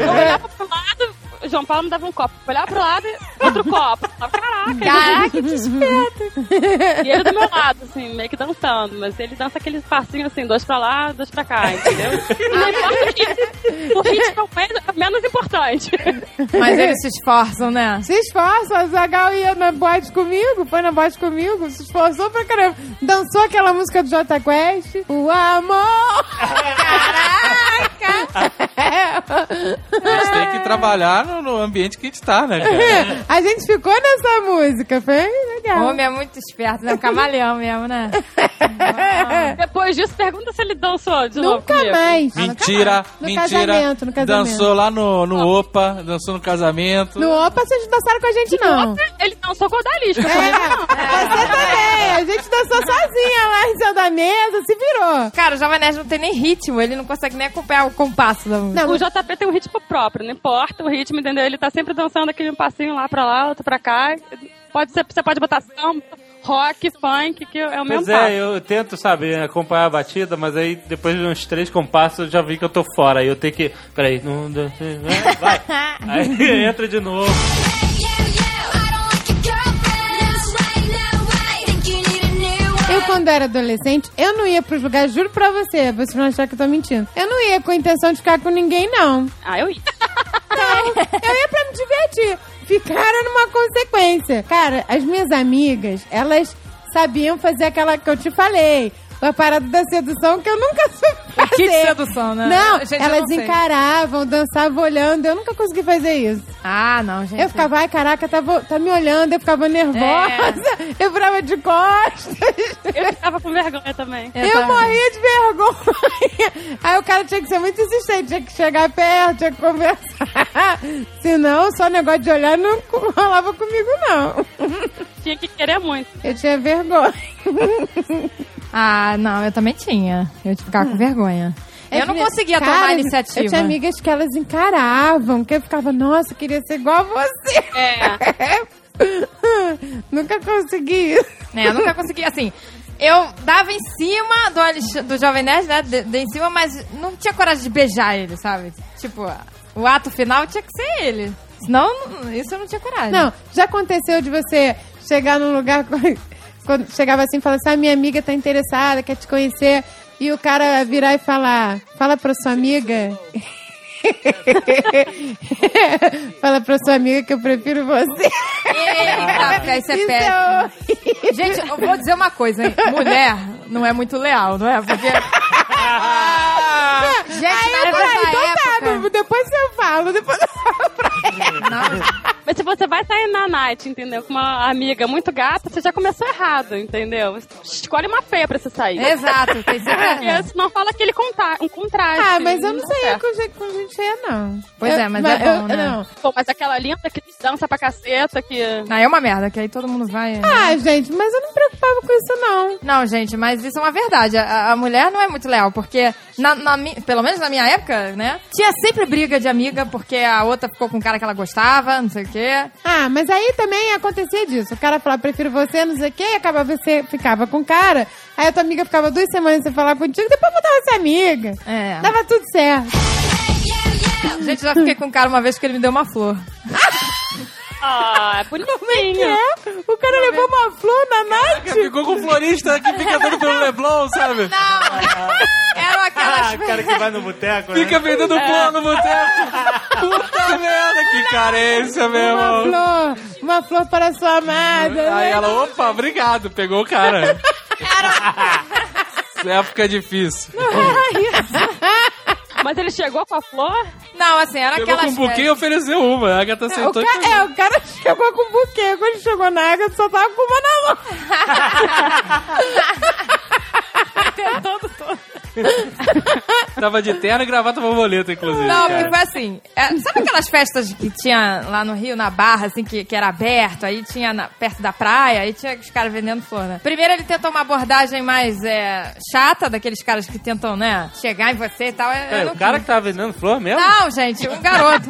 Speaker 5: Eu olhava pro lado, o João Paulo me dava um copo. Eu olhava pro lado, outro copo. Eu falava, Caraca,
Speaker 4: Caraca, que
Speaker 5: E ele do meu lado, assim, meio que dançando. Mas ele dança aquele passinho assim, dois pra lá, dois pra cá, entendeu? Não importa o ritmo. O ritmo é o mais- é o menos importante.
Speaker 4: Mas eles se esforçam, né?
Speaker 3: Se esforça, a Zagal ia na boate comigo, foi na boate comigo, se esforçou pra caramba. Dançou aquela música do Jota Quest. O amor! Caraca!
Speaker 6: A gente tem que trabalhar no, no ambiente que a gente tá, né, cara?
Speaker 3: a gente ficou nessa música, foi
Speaker 4: O
Speaker 3: legal.
Speaker 4: homem é muito esperto, né? Um camaleão mesmo, né?
Speaker 9: É.
Speaker 5: Depois disso, pergunta se ele dançou de novo
Speaker 3: É. Nunca
Speaker 5: comigo.
Speaker 3: mais.
Speaker 6: Mentira,
Speaker 3: No
Speaker 6: mentira.
Speaker 3: casamento, no casamento.
Speaker 6: Dançou lá no, no Opa, dançou no casamento.
Speaker 3: No Opa, vocês não dançaram com a gente, não.
Speaker 5: Ele dançou com o Odalisca.
Speaker 3: É, você também. A gente dançou sozinha lá em cima da mesa, se virou.
Speaker 4: Cara, o Jovem Nerd não tem nem ritmo, ele não consegue nem acompanhar o compasso da música.
Speaker 3: Não,
Speaker 5: O JP tem um ritmo próprio, não importa o ritmo, entendeu? Ele tá sempre dançando aquele passinho lá pra lá, outro pra cá. Pode ser, você pode botar samba, rock, funk, que é o mesmo
Speaker 9: Pois
Speaker 5: passo.
Speaker 9: é, eu tento, sabe, acompanhar a batida, mas aí depois de uns três compassos eu já vi que eu tô fora. Aí eu tenho que. Peraí, um, dois, três, vai. Aí entra de novo.
Speaker 3: Eu, quando era adolescente, eu não ia pros lugares, juro pra você, vocês vão achar que eu tô mentindo. Eu não ia com a intenção de ficar com ninguém, não. Então,
Speaker 5: Ah, eu ia.
Speaker 3: Eu ia pra me divertir. Ficaram numa consequência. Cara, as minhas amigas, elas sabiam fazer aquela que eu te falei. A parada da sedução que eu nunca soube fazer.
Speaker 4: kit de
Speaker 3: fazer.
Speaker 4: sedução, né?
Speaker 3: Não, é
Speaker 4: Gente, eu
Speaker 3: elas
Speaker 4: não sei.
Speaker 3: encaravam, dançavam olhando. Eu nunca consegui fazer isso.
Speaker 4: Ah, não, gente.
Speaker 3: Eu ficava, ai, caraca, tá, vo- tá me olhando. Eu
Speaker 4: É.
Speaker 3: ficava nervosa. Eu virava de costas.
Speaker 5: Eu ficava com vergonha também.
Speaker 3: Eu,
Speaker 4: também.
Speaker 3: morria de vergonha. Aí o cara tinha que ser muito insistente, tinha que chegar perto, tinha que conversar. Senão, só negócio de olhar não rolava comigo, não.
Speaker 5: Tinha que querer muito.
Speaker 3: Eu tinha vergonha.
Speaker 4: Ah, não, eu também tinha. Eu ficava com vergonha. Eu não
Speaker 3: tinha-
Speaker 4: conseguia
Speaker 3: Cara,
Speaker 4: tomar a iniciativa.
Speaker 3: Eu tinha amigas que elas encaravam, que eu ficava, nossa, eu queria ser igual a você.
Speaker 5: É.
Speaker 3: Nunca consegui isso.
Speaker 4: né? Eu nunca consegui, assim. Eu dava em cima do, Alex- do Jovem Nerd, né? de- Dei em cima, mas não tinha coragem de beijar ele, sabe? Tipo, o ato final tinha que ser ele. Senão, não- isso eu É, não tinha coragem.
Speaker 3: Não, já aconteceu de você chegar num lugar com- quando chegava assim e falar assim: ah, minha amiga tá interessada, quer te conhecer. E o cara virar e falar: fala pra sua amiga. fala pra sua amiga que eu prefiro você.
Speaker 4: Eita, porque aí você
Speaker 3: Isso
Speaker 4: perde.
Speaker 3: é
Speaker 4: Gente, eu vou dizer uma coisa, hein? Mulher não é muito leal, não é? Porque. Ah, gente, na
Speaker 3: eu falei,
Speaker 4: nossa
Speaker 3: então tá,
Speaker 4: época.
Speaker 3: não- depois eu falo, depois eu falo pra
Speaker 5: Mas se você vai sair na night, entendeu? Com uma amiga muito gata, você já começou errado, entendeu? Escolhe uma feia pra você sair.
Speaker 3: É.
Speaker 4: Exato, tem certeza.
Speaker 5: Porque senão fala aquele conta um contraste.
Speaker 3: Ah, mas eu não
Speaker 5: dá
Speaker 3: saía
Speaker 5: certo.
Speaker 3: com gente, com gente feia, não.
Speaker 4: Assim, tá. Pois
Speaker 3: Eu-
Speaker 4: é, mas é bom,
Speaker 3: eu-
Speaker 4: né?
Speaker 3: não.
Speaker 5: Pô, mas aquela linda que dança pra caceta, que...
Speaker 4: Não, é uma merda, que aí todo mundo vai. né?
Speaker 3: Ah, gente, mas eu não me preocupava com isso, não.
Speaker 4: Não, gente, mas isso é uma verdade. A, a mulher não é muito leal, porque, na, na mi- pelo menos na minha época, né? Tinha sempre briga de amiga, porque a outra ficou com um cara que ela gostava, não sei o quê.
Speaker 3: Ah, mas aí também acontecia disso. O cara falava, prefiro você, não sei o quê, e acabava você ficava com o cara. Aí a tua amiga ficava duas semanas sem falar contigo, depois voltava a ser amiga.
Speaker 4: É.
Speaker 3: Dava tudo certo.
Speaker 4: Gente, já fiquei com um cara uma vez que ele me deu uma flor.
Speaker 5: Ah, é bonitinho.
Speaker 3: O cara levou uma flor na night.
Speaker 6: Ficou com o florista que fica dando pelo Leblon, sabe?
Speaker 4: Não! Era aquelas.
Speaker 9: Ah, o cara que vai no boteco, né?
Speaker 6: Fica vendendo
Speaker 3: É.
Speaker 6: flor no boteco. Puta merda, que carência, meu
Speaker 3: Uma
Speaker 6: irmão.
Speaker 3: flor, né? uma flor para sua amada.
Speaker 6: Aí ela, opa, obrigado, pegou o cara. Essa época é difícil.
Speaker 5: Mas ele chegou com a flor?
Speaker 4: Não, assim, era
Speaker 6: Pegou
Speaker 4: aquelas.
Speaker 6: com um buquê e ofereceu uma. A Agatha
Speaker 3: O
Speaker 6: sentou e
Speaker 3: ca... É, o cara chegou com um buquê. Quando ele chegou na água, só tava com uma na mão.
Speaker 6: Tava de terno e gravata borboleta, inclusive.
Speaker 4: é- Não,
Speaker 6: cara.
Speaker 4: porque foi assim. é, sabe aquelas festas que tinha lá no Rio, na Barra, assim, que, que era aberto, aí tinha na- perto da praia, aí tinha os caras vendendo flor, né? Primeiro ele tentou uma abordagem mais é, chata, daqueles caras que tentam, né, chegar em você e tal. é,
Speaker 2: É,
Speaker 4: eu- eu
Speaker 9: Peraí,
Speaker 4: não
Speaker 9: o cara
Speaker 4: quis.
Speaker 2: tá-
Speaker 9: que tava vendendo flor mesmo?
Speaker 4: Não, gente, um garoto.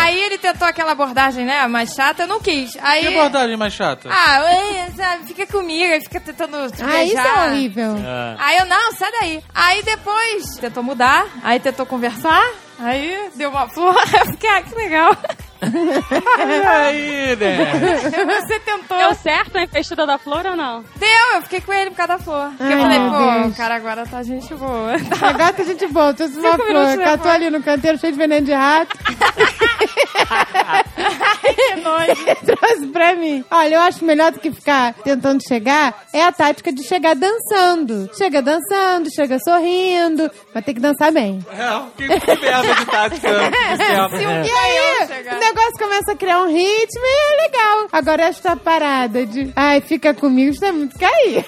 Speaker 4: Aí ele tentou aquela abordagem, né, mais chata, eu não quis. Aí...
Speaker 6: Que abordagem mais chata?
Speaker 4: Ah, oi, sabe, fica comigo, aí fica tentando te
Speaker 3: Ah, isso é
Speaker 4: beijar.
Speaker 3: horrível.
Speaker 4: Aí eu, não, sai daí. Aí depois tentou mudar, aí tentou conversar, aí deu uma flor. Eu fiquei, ah, que legal.
Speaker 6: E aí, né?
Speaker 4: Você tentou.
Speaker 5: Deu certo a investida da flor ou não?
Speaker 4: Deu, eu fiquei com ele por causa da flor. Porque eu
Speaker 3: Ai,
Speaker 4: falei,
Speaker 3: meu
Speaker 4: pô,
Speaker 3: Deus.
Speaker 4: o cara agora tá gente boa.
Speaker 3: Agora a gente volta. Eu sou uma
Speaker 4: Cinco minutos
Speaker 3: flor. Catou
Speaker 4: depois.
Speaker 3: ali no canteiro cheio de veneno de rato. Trouxe pra mim. Olha, eu acho melhor do que ficar tentando chegar é a tática de chegar dançando. Chega dançando, chega sorrindo, mas tem que dançar bem.
Speaker 6: É, que merda de tática.
Speaker 9: é
Speaker 4: Se
Speaker 2: É.
Speaker 4: um
Speaker 3: E
Speaker 4: canhão
Speaker 3: aí,
Speaker 4: chegar.
Speaker 3: o negócio começa a criar um ritmo e é legal. Agora esta parada de, ai, fica comigo, está muito cair.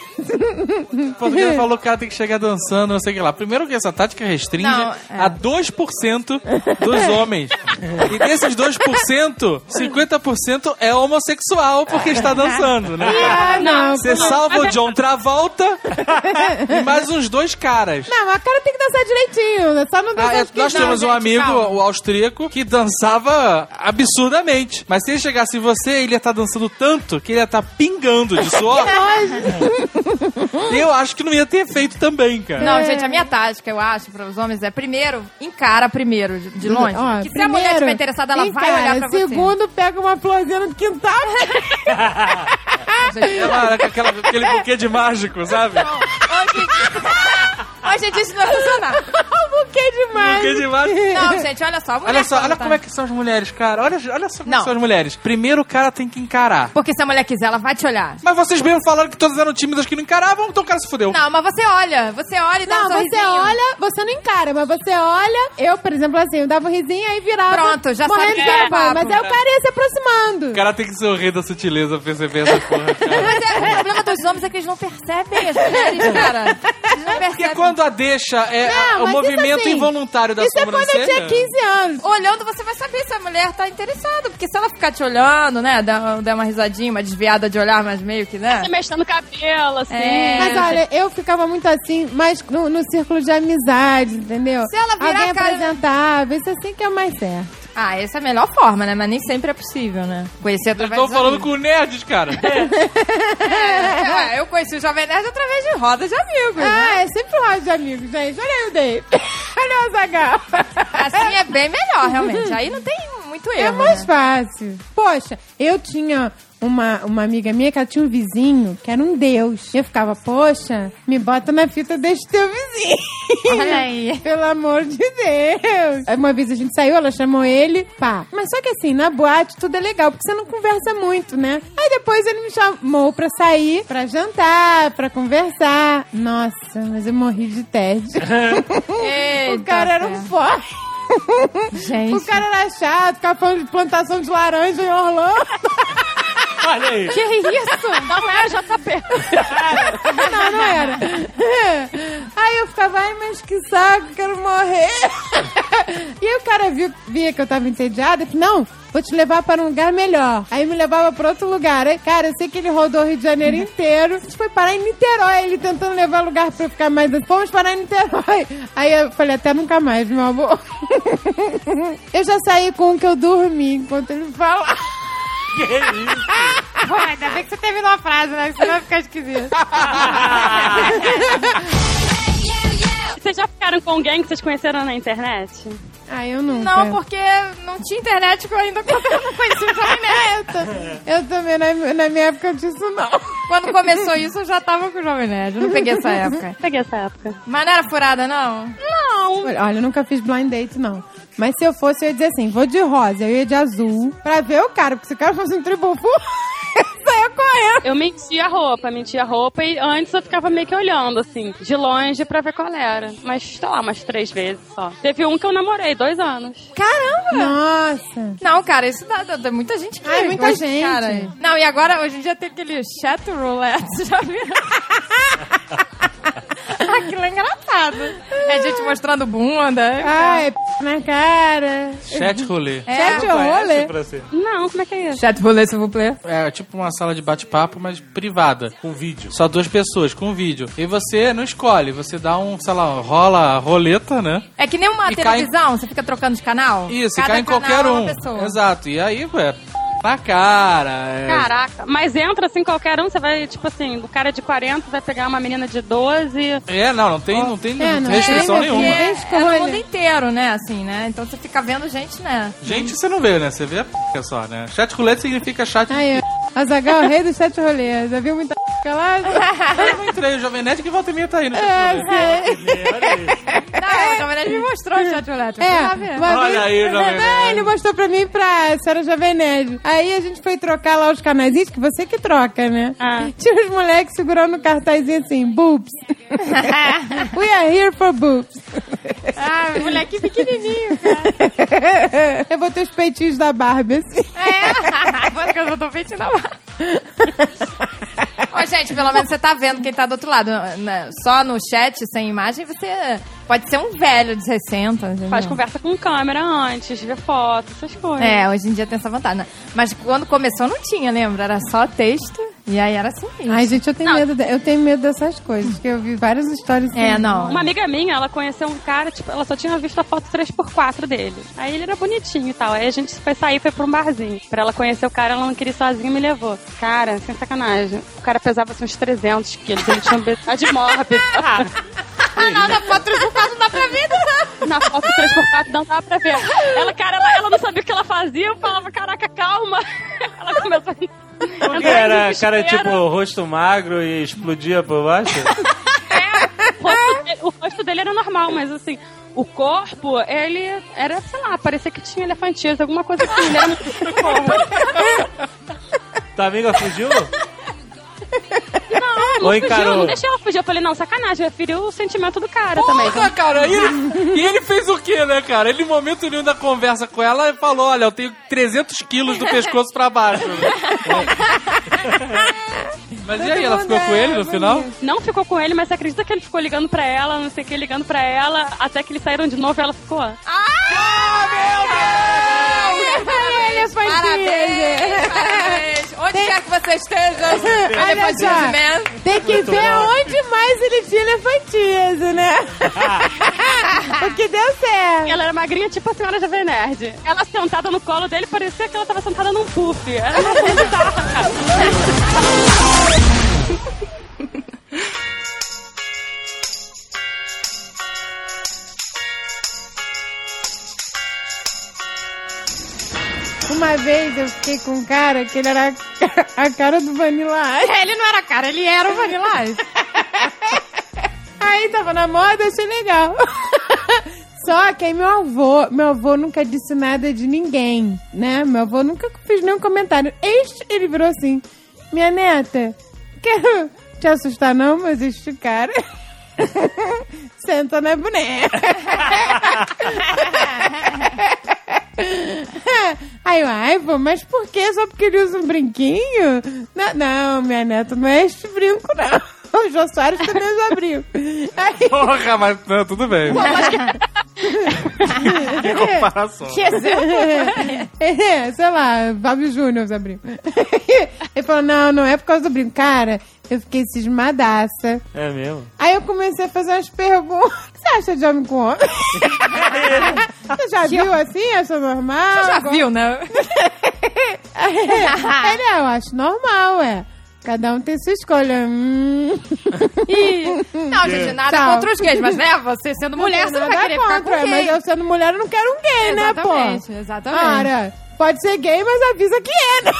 Speaker 6: Quando ele falou que o cara tem que chegar dançando, não sei o que lá. Primeiro que essa tática restringe
Speaker 4: Não, é.
Speaker 6: a 2% dos homens. E desses 2%, 50% é homossexual porque está dançando, né?
Speaker 3: Ah, não.
Speaker 6: Você salva o John Travolta e mais uns dois caras.
Speaker 3: Não, a cara tem que dançar direitinho. Só não
Speaker 6: Ah,
Speaker 3: dançar
Speaker 6: é,
Speaker 3: os que
Speaker 6: nós
Speaker 3: não,
Speaker 6: temos um
Speaker 3: gente,
Speaker 6: amigo,
Speaker 3: calma.
Speaker 6: o austríaco, que dançava absurdamente. Mas se ele chegasse em você, ele ia estar dançando tanto que ele ia estar pingando de suor. eu acho que não ia ter efeito também, cara.
Speaker 4: Não, gente, a minha tática, eu acho, para os homens é primeiro, encara primeiro, de, de longe.
Speaker 3: Ó,
Speaker 4: que se a
Speaker 3: primeiro,
Speaker 4: mulher estiver interessada, ela vai
Speaker 3: encara.
Speaker 4: olhar pra você.
Speaker 3: Segundo, pega uma florzinha no quintal.
Speaker 6: Ela era É com aquela- aquele buquê de mágico, sabe?
Speaker 4: Hoje, hoje disso não vai funcionar.
Speaker 3: um buquê Nunca é demais.
Speaker 6: Nunca é demais.
Speaker 4: Não, gente, olha só. a mulher
Speaker 6: Olha só, olha
Speaker 4: conta.
Speaker 6: como é que são as mulheres, cara. Olha, olha só como é
Speaker 4: Não.
Speaker 6: são as mulheres. Primeiro o cara tem que encarar.
Speaker 4: Porque se a mulher quiser, ela vai te olhar.
Speaker 6: Mas vocês mesmo falaram que todas eram tímidas que não encaravam, então o cara se fudeu.
Speaker 4: Não, mas você olha. Você olha e dá
Speaker 3: Não,
Speaker 4: um sorrisinho.
Speaker 3: você olha, você não encara, mas você olha. Eu, por exemplo, assim, eu dava um risinho aí virava.
Speaker 4: Pronto, já
Speaker 3: morrendo
Speaker 4: sabe
Speaker 3: de
Speaker 4: que é
Speaker 3: vergonha, Mas
Speaker 4: papo.
Speaker 3: aí o cara ia se aproximando.
Speaker 6: O cara tem que sorrir da sutileza pra perceber essa porra, cara.
Speaker 4: Mas é, o problema dos homens é que eles não percebem as mulheres, cara. Eles não
Speaker 6: Porque
Speaker 4: percebem.
Speaker 6: quando a deixa é a-
Speaker 3: Não,
Speaker 6: o
Speaker 3: mas
Speaker 6: movimento
Speaker 3: isso assim,
Speaker 6: involuntário da
Speaker 3: Isso é quando eu
Speaker 6: sobrancelha.
Speaker 3: tinha 15 anos.
Speaker 4: Olhando, você vai saber se a mulher tá interessada. Porque se ela ficar te olhando, né? Der, der uma risadinha, uma desviada de olhar, mas meio que, né?
Speaker 5: Você mexendo no cabelo, assim.
Speaker 4: É.
Speaker 3: Mas olha, eu ficava muito assim, mas no, no círculo de amizade, entendeu?
Speaker 4: Se ela virar
Speaker 3: Alguém
Speaker 4: a cara-
Speaker 3: apresentava, isso assim que é o mais certo.
Speaker 4: Ah, essa é a melhor forma, né? Mas nem sempre é possível, né? Conhecer
Speaker 6: Eu
Speaker 4: através
Speaker 6: tô
Speaker 4: dos
Speaker 6: falando
Speaker 4: amigos.
Speaker 6: com nerds, cara.
Speaker 4: É, ué, eu conheci o Jovem Nerd através de rodas de amigos, né?
Speaker 3: Ah, é sempre um roda de amigos, gente. Olha aí o Dave. Olha o Zagal.
Speaker 4: Assim é bem melhor, realmente. Aí não tem muito
Speaker 3: É
Speaker 4: erro,
Speaker 3: mais
Speaker 4: né?
Speaker 3: fácil. Poxa, eu tinha uma, uma amiga minha que ela tinha um vizinho que era um deus. Eu ficava, poxa, me bota na fita desse teu vizinho.
Speaker 4: Olha aí.
Speaker 3: Pelo amor de Deus. Aí Uma vez a gente saiu, ela chamou ele, pá. Mas só que assim, na boate tudo é legal, porque você não conversa muito, né? Aí depois ele me chamou pra sair, pra jantar, pra conversar. Nossa, mas eu morri de tédio.
Speaker 4: Eita,
Speaker 3: o cara era um
Speaker 4: pé.
Speaker 3: forte.
Speaker 4: Gente.
Speaker 3: O cara era chato, ficava falando de plantação de laranja em Orlando.
Speaker 2: Olha aí.
Speaker 4: Que isso? Não é JP.
Speaker 3: Não, não era. Aí eu ficava, ai, mas que saco, quero morrer. E aí o cara viu, via que eu tava entediada, falou, não, vou te levar para um lugar melhor. Aí me levava para outro lugar. Aí, cara, eu sei que ele rodou o Rio de Janeiro inteiro. A gente foi parar em Niterói, ele tentando levar lugar pra eu ficar mais... Fomos parar em Niterói. Aí eu falei, até nunca mais, meu amor. Eu já saí com o que eu dormi enquanto ele falava. Pô, ainda bem que você terminou a frase, né? Que senão vai ficar esquisito.
Speaker 5: Vocês já ficaram com alguém que vocês conheceram na internet?
Speaker 3: Ah, eu nunca.
Speaker 4: Não, porque não tinha internet que eu ainda não conheci o Jovem Nerd.
Speaker 3: Eu, ta- eu também, na, na minha época disso não.
Speaker 4: Quando começou isso, eu já tava com o Jovem Nerd. Eu não peguei essa época.
Speaker 5: Peguei essa época.
Speaker 4: Mas não era furada, não?
Speaker 3: Olha, eu nunca fiz blind date, não. Mas se eu fosse, eu ia dizer assim, vou de rosa, eu ia de azul, pra ver o cara, porque se o cara fosse um tribufu, eu saia correndo.
Speaker 5: Eu menti a roupa, menti a roupa e antes eu ficava meio que olhando, assim, de longe pra ver qual era. Mas, sei lá, umas três vezes só. Teve um que eu namorei, dois anos.
Speaker 4: Caramba!
Speaker 3: Nossa.
Speaker 4: Não, cara, isso dá, dá- dá muita gente que...
Speaker 3: Ai, muita
Speaker 4: hoje,
Speaker 3: gente.
Speaker 4: Não, e agora, hoje em dia tem aquele chat roulette, já viu? Aquilo é engraçado. É gente mostrando bunda.
Speaker 3: Ai, p... na cara.
Speaker 6: Chat rolê.
Speaker 4: É.
Speaker 3: Chat
Speaker 9: Conhece,
Speaker 3: rolê.
Speaker 9: Francine?
Speaker 5: Não, como é que é isso?
Speaker 4: Chat roulette, s'il vous plaît.
Speaker 6: É tipo uma sala de bate-papo, mas privada.
Speaker 9: Com vídeo.
Speaker 6: Só duas pessoas, com vídeo. E você não escolhe, você dá um, sei lá, rola a roleta, né?
Speaker 4: É que nem uma
Speaker 6: E cai-
Speaker 4: televisão, você fica trocando de canal.
Speaker 6: Isso,
Speaker 4: Cada
Speaker 6: cai em
Speaker 4: canal
Speaker 6: qualquer
Speaker 4: é uma
Speaker 6: um.
Speaker 4: pessoa.
Speaker 6: Exato. E aí, ué, na cara. é-
Speaker 5: Caraca, mas entra assim qualquer um, você vai, tipo assim, o cara de 40 vai pegar uma menina de 12.
Speaker 6: É, não, não tem, não tem
Speaker 3: É, não
Speaker 6: restrição
Speaker 3: tem, meu
Speaker 6: nenhuma.
Speaker 3: filho.
Speaker 4: É, é
Speaker 3: Escolha.
Speaker 4: no mundo inteiro, né? Assim, né? Então você fica vendo gente, né?
Speaker 6: Gente, você não vê, né? Você vê a p só, né? Chat roulette significa chat.
Speaker 3: Aí, é. ó. Azaghal, o rei do chat rolê. Já viu muita p... lá?
Speaker 6: Eu não entrei, o Jovem Nerd que volta e meia tá aí, né?
Speaker 3: É, sei.
Speaker 4: Não, o Jovem Nerd me mostrou o chat roulette. eu fui lá
Speaker 3: É,
Speaker 4: ver.
Speaker 3: uma
Speaker 6: Olha
Speaker 3: vez-
Speaker 6: aí, Jovem
Speaker 3: Não,
Speaker 6: Nerd.
Speaker 3: ele mostrou pra mim e pra senhora Jovem Nerd. Aí a gente foi trocar lá os canaizinhos, que você que troca, né?
Speaker 5: Ah.
Speaker 3: Tinha os moleques segurando o cartazinho assim, boobs. We are here for boobs.
Speaker 4: Ah, moleque pequenininho.
Speaker 3: Eu botei os peitinhos da Barbie, assim.
Speaker 4: É, agora que eu não tô vendo não. Ô, gente, pelo menos você tá vendo quem tá do outro lado. né? Só no chat, sem imagem, você pode ser um velho de 60. entendeu?
Speaker 5: Faz conversa com câmera antes, vê foto, essas coisas.
Speaker 4: Hum. É, hoje em dia tem essa vantagem. né? Mas quando começou não tinha, lembra? Era só texto e aí era assim. mesmo.
Speaker 3: Ai, gente, eu tenho, medo, de- eu tenho medo dessas coisas, porque eu vi várias histórias assim.
Speaker 4: É, não.
Speaker 5: Uma amiga minha, ela conheceu um cara, tipo, ela só tinha visto a foto 3x4 dele. Aí ele era bonitinho e tal. Aí a gente foi sair, foi pra um barzinho. Pra ela conhecer o cara, ela não queria ir sozinha e me levou. Cara, sem sacanagem. O cara pesava assim, uns 300 quilos. Ele tinha obesidade mórbida.
Speaker 4: Ah, não, na foto do caso não dá pra ver. né?
Speaker 5: Na foto 3x4 não dava pra ver. Ela, cara, ela, ela não sabia o que ela fazia. Eu falava, caraca, calma. Ela começou a...
Speaker 9: Porque era cara tipo rosto magro e explodia por baixo?
Speaker 5: O rosto, dele, o rosto dele era normal, mas assim, o corpo, ele era, sei lá, parecia que tinha elefantismo, alguma coisa assim, ele era muito
Speaker 9: Tua amiga fugiu?
Speaker 5: Não, não
Speaker 9: Oi,
Speaker 5: fugiu,
Speaker 9: Carol.
Speaker 5: não deixei ela fugir. Eu falei, não, sacanagem, eu feri o sentimento do cara também.
Speaker 6: Porra, cara, e ele, e ele fez o quê, né, cara? Ele, em momento nenhum da conversa com ela, ele falou, olha, eu tenho 300 quilos do pescoço pra baixo. Mas e aí, ela ficou com ele no final?
Speaker 5: Não ficou com ele, mas você acredita que ele ficou ligando pra ela, não sei o que, ligando pra ela, até que eles saíram de novo e ela ficou.
Speaker 4: Ah, é
Speaker 5: assim.
Speaker 4: Parabéns, parabéns. Onde quer que você esteja, elefantismo.
Speaker 3: Tem que ver aonde mais ele tinha elefantismo, né?
Speaker 6: Ah.
Speaker 3: Porque deu certo.
Speaker 5: Ela era magrinha, tipo a senhora Jovem Nerd. Ela sentada no colo dele, parecia que ela tava sentada num puff. Era uma coisa bizarra.
Speaker 3: Uma vez eu fiquei com um cara que ele era a cara do Vanilla Ice.
Speaker 4: É, Ele não era cara, ele era o Vanilla Ice.
Speaker 3: Aí tava na moda, achei legal. Só que aí meu avô, meu avô nunca disse nada de ninguém, né? Meu avô nunca fez nenhum comentário. Eis, ele virou assim, minha neta, quero te assustar não, mas este cara senta na boneca. Aí eu, ai, vô, mas por que? Só porque ele usa um brinquinho? Não, não, minha neta, não é este brinco, não. O Jô Soares também usa brinco. Aí,
Speaker 6: Porra, mas não, tudo bem. que comparação.
Speaker 3: É, sei lá, Fábio Júnior usa brinco. Ele falou, não, não é por causa do brinco. Cara, eu fiquei cismadaça.
Speaker 9: É mesmo?
Speaker 3: Aí eu comecei a fazer umas perguntas. O que você acha de homem com homem? você já viu assim? Acha normal?
Speaker 4: Já viu, né? É,
Speaker 3: Aí ele, "Ah, eu acho normal, é. Cada um tem sua escolha. Hum.
Speaker 4: Não, gente, nada
Speaker 3: Tá.
Speaker 4: contra os gays, mas né, você sendo mulher, você não vai
Speaker 3: Nada
Speaker 4: querer ficar com
Speaker 3: contra,
Speaker 4: gay.
Speaker 3: Mas eu sendo mulher, eu não quero um gay, né,
Speaker 4: Exatamente,
Speaker 3: pô?
Speaker 4: exatamente.
Speaker 3: Ora, pode ser gay, mas avisa que é, né?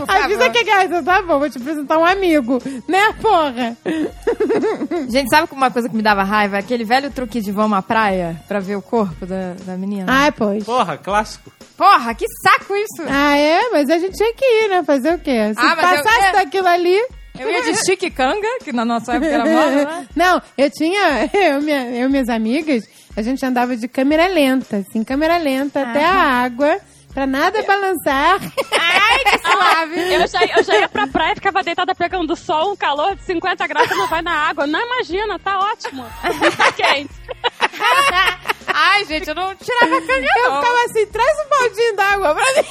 Speaker 4: Por favor.
Speaker 3: Avisa que é gay. Então Tá bom, vou te apresentar um amigo. Né, porra?
Speaker 4: Gente, sabe uma coisa que me dava raiva? É Aquele velho truque de vamos à praia pra ver o corpo da, da menina.
Speaker 3: Ai, pois.
Speaker 9: Porra, clássico.
Speaker 4: Porra, que saco isso!
Speaker 3: Ah, é? Mas a gente tinha que ir, né? Fazer o quê? Se
Speaker 4: Ah, mas eu-
Speaker 3: passasse
Speaker 4: é.
Speaker 3: daquilo ali...
Speaker 4: Eu ia de chique canga, que na nossa época era moda, né?
Speaker 3: Não, eu tinha, eu, minha, eu e minhas amigas, a gente andava de câmera lenta, assim, câmera lenta até a água, pra nada balançar.
Speaker 4: Suave.
Speaker 5: Eu já, eu já ia pra praia, ficava deitada pegando sol, um calor de 50 graus, você não vai na água. Não imagina, tá ótimo. Tá quente.
Speaker 4: Ai, gente, eu não tirava a canga,
Speaker 3: Eu
Speaker 4: não.
Speaker 3: ficava assim, traz um baldinho d'água pra mim.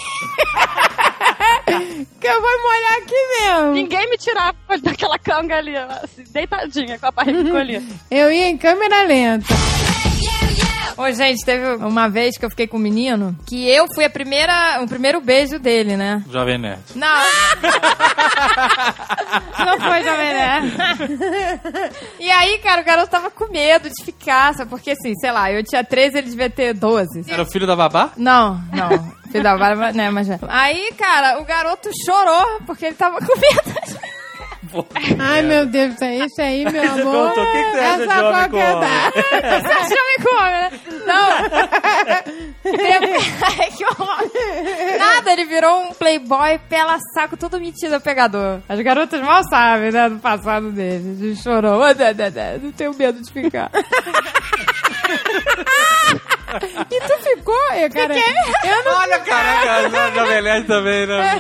Speaker 3: que eu vou molhar aqui mesmo.
Speaker 5: Ninguém me tirava daquela canga ali, ó, assim, deitadinha, com a barriga encolhida.
Speaker 3: Eu ia em câmera lenta.
Speaker 4: Ô, gente, teve uma vez que eu fiquei com um menino que eu fui a primeira, o primeiro beijo dele, né?
Speaker 6: Jovem Nerd.
Speaker 4: Não. Não foi também, né? E aí, cara, o garoto tava com medo de ficar, sabe? Porque assim, sei lá, eu tinha 13, ele devia ter 12.
Speaker 6: Era o filho da babá?
Speaker 4: Não, não. Filho da Bárbara, né, mas já. Aí, cara, o garoto chorou porque ele tava com medo.
Speaker 3: Ai, meu Deus, isso aí, isso aí, meu
Speaker 9: é. Você
Speaker 3: amor.
Speaker 9: perguntou, o que que você acha de homem com homem?
Speaker 3: essa qualquer dá.
Speaker 4: Você acha homem como, né? Não. Depois- Ai, que horror. Nada, ele virou um playboy pela saco, todo metido a pegador. As garotas mal sabem, né, do passado dele. Ele chorou. "Ah, né, né, né, Não tenho medo de ficar.
Speaker 3: E tu ficou? Eu, cara, eu não
Speaker 6: Olha, Ah, caraca, a Jovem Nerd também, né?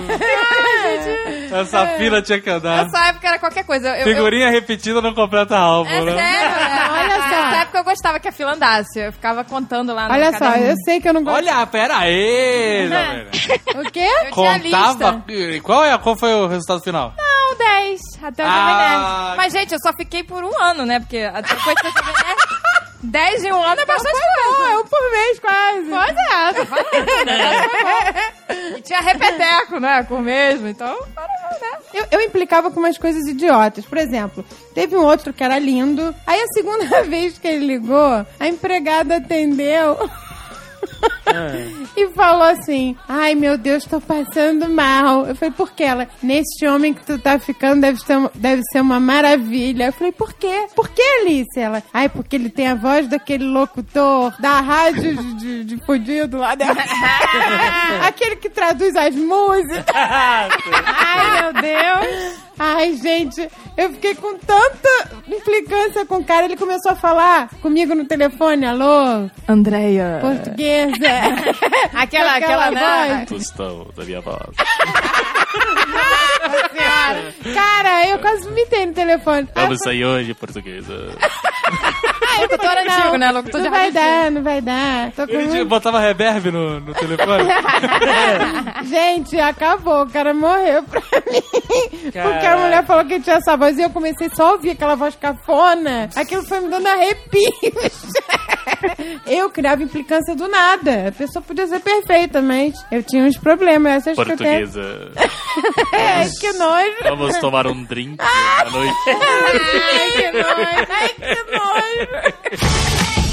Speaker 9: É,
Speaker 6: Essa fila tinha que
Speaker 2: Ah.
Speaker 6: andar.
Speaker 4: Nessa época era qualquer coisa. Eu- eu-
Speaker 6: Figurinha repetida não completa álbum,
Speaker 4: É sério,
Speaker 6: né?
Speaker 4: né?
Speaker 3: Olha só.
Speaker 4: Nessa época eu gostava que a fila andasse. Eu ficava contando lá um. no
Speaker 3: Olha só,
Speaker 4: caderninho.
Speaker 3: eu sei que eu não gosto.
Speaker 6: Olha, pera aí, Jovem Nerd.
Speaker 3: O quê?
Speaker 4: Eu tinha lista.
Speaker 6: Contava. Qual, é, qual foi o resultado final?
Speaker 4: Não, 10. Até o Jovem
Speaker 6: Ah.
Speaker 4: Nerd. Mas, gente, eu só fiquei por um ano, né? Porque depois do Jovem Nerd, 10 né? em um ano é bastante coisa.
Speaker 3: É um por mês, quase.
Speaker 4: Pois é, eu tô falando, né? E tinha repeteco, né? Com o mesmo, então...
Speaker 3: Eu, eu implicava com umas coisas idiotas. Por exemplo, teve um outro que era lindo. Aí a segunda vez que ele ligou, a empregada atendeu. e falou assim: Ai meu Deus, tô passando mal. Eu falei, por que ela? Neste homem que tu tá ficando deve ser, um- deve ser uma maravilha. Eu falei, por quê? Por que, Alice? Ela, ai, porque ele tem a voz daquele locutor da rádio de, de, de fudido lá dentro. Aquele que traduz as músicas. Ai, meu Deus! Ai, gente, eu fiquei com tanta implicância com o cara. Ele começou a falar comigo no telefone, alô,
Speaker 4: Andréia.
Speaker 3: portuguesa.
Speaker 4: Aquela, aquela, né?
Speaker 3: voz.
Speaker 10: Tostão da minha voz.
Speaker 3: Cara, eu quase vomitei no telefone.
Speaker 10: Vamos sair hoje, portuguesa.
Speaker 4: Ah, locutor antigo, né? Locutor de
Speaker 3: É, Não vai
Speaker 4: rádio
Speaker 3: dar, não vai dar. Tô com
Speaker 6: Ele de-
Speaker 3: muito-
Speaker 6: botava reverb no, no telefone.
Speaker 3: Gente, acabou. O cara morreu pra mim. Porque a
Speaker 9: Caraca.
Speaker 3: mulher falou que tinha essa voz e eu comecei só a ouvir aquela voz cafona. Aquilo foi me dando arrepios. Eu criava implicância do nada. A pessoa podia ser perfeita, mas eu tinha uns problemas. Essas que
Speaker 10: Portuguesa.
Speaker 3: eu tenho. É, que nojo.
Speaker 10: Vamos tomar um drink à noite.
Speaker 3: Ai, que nojo. Ai, que nojo.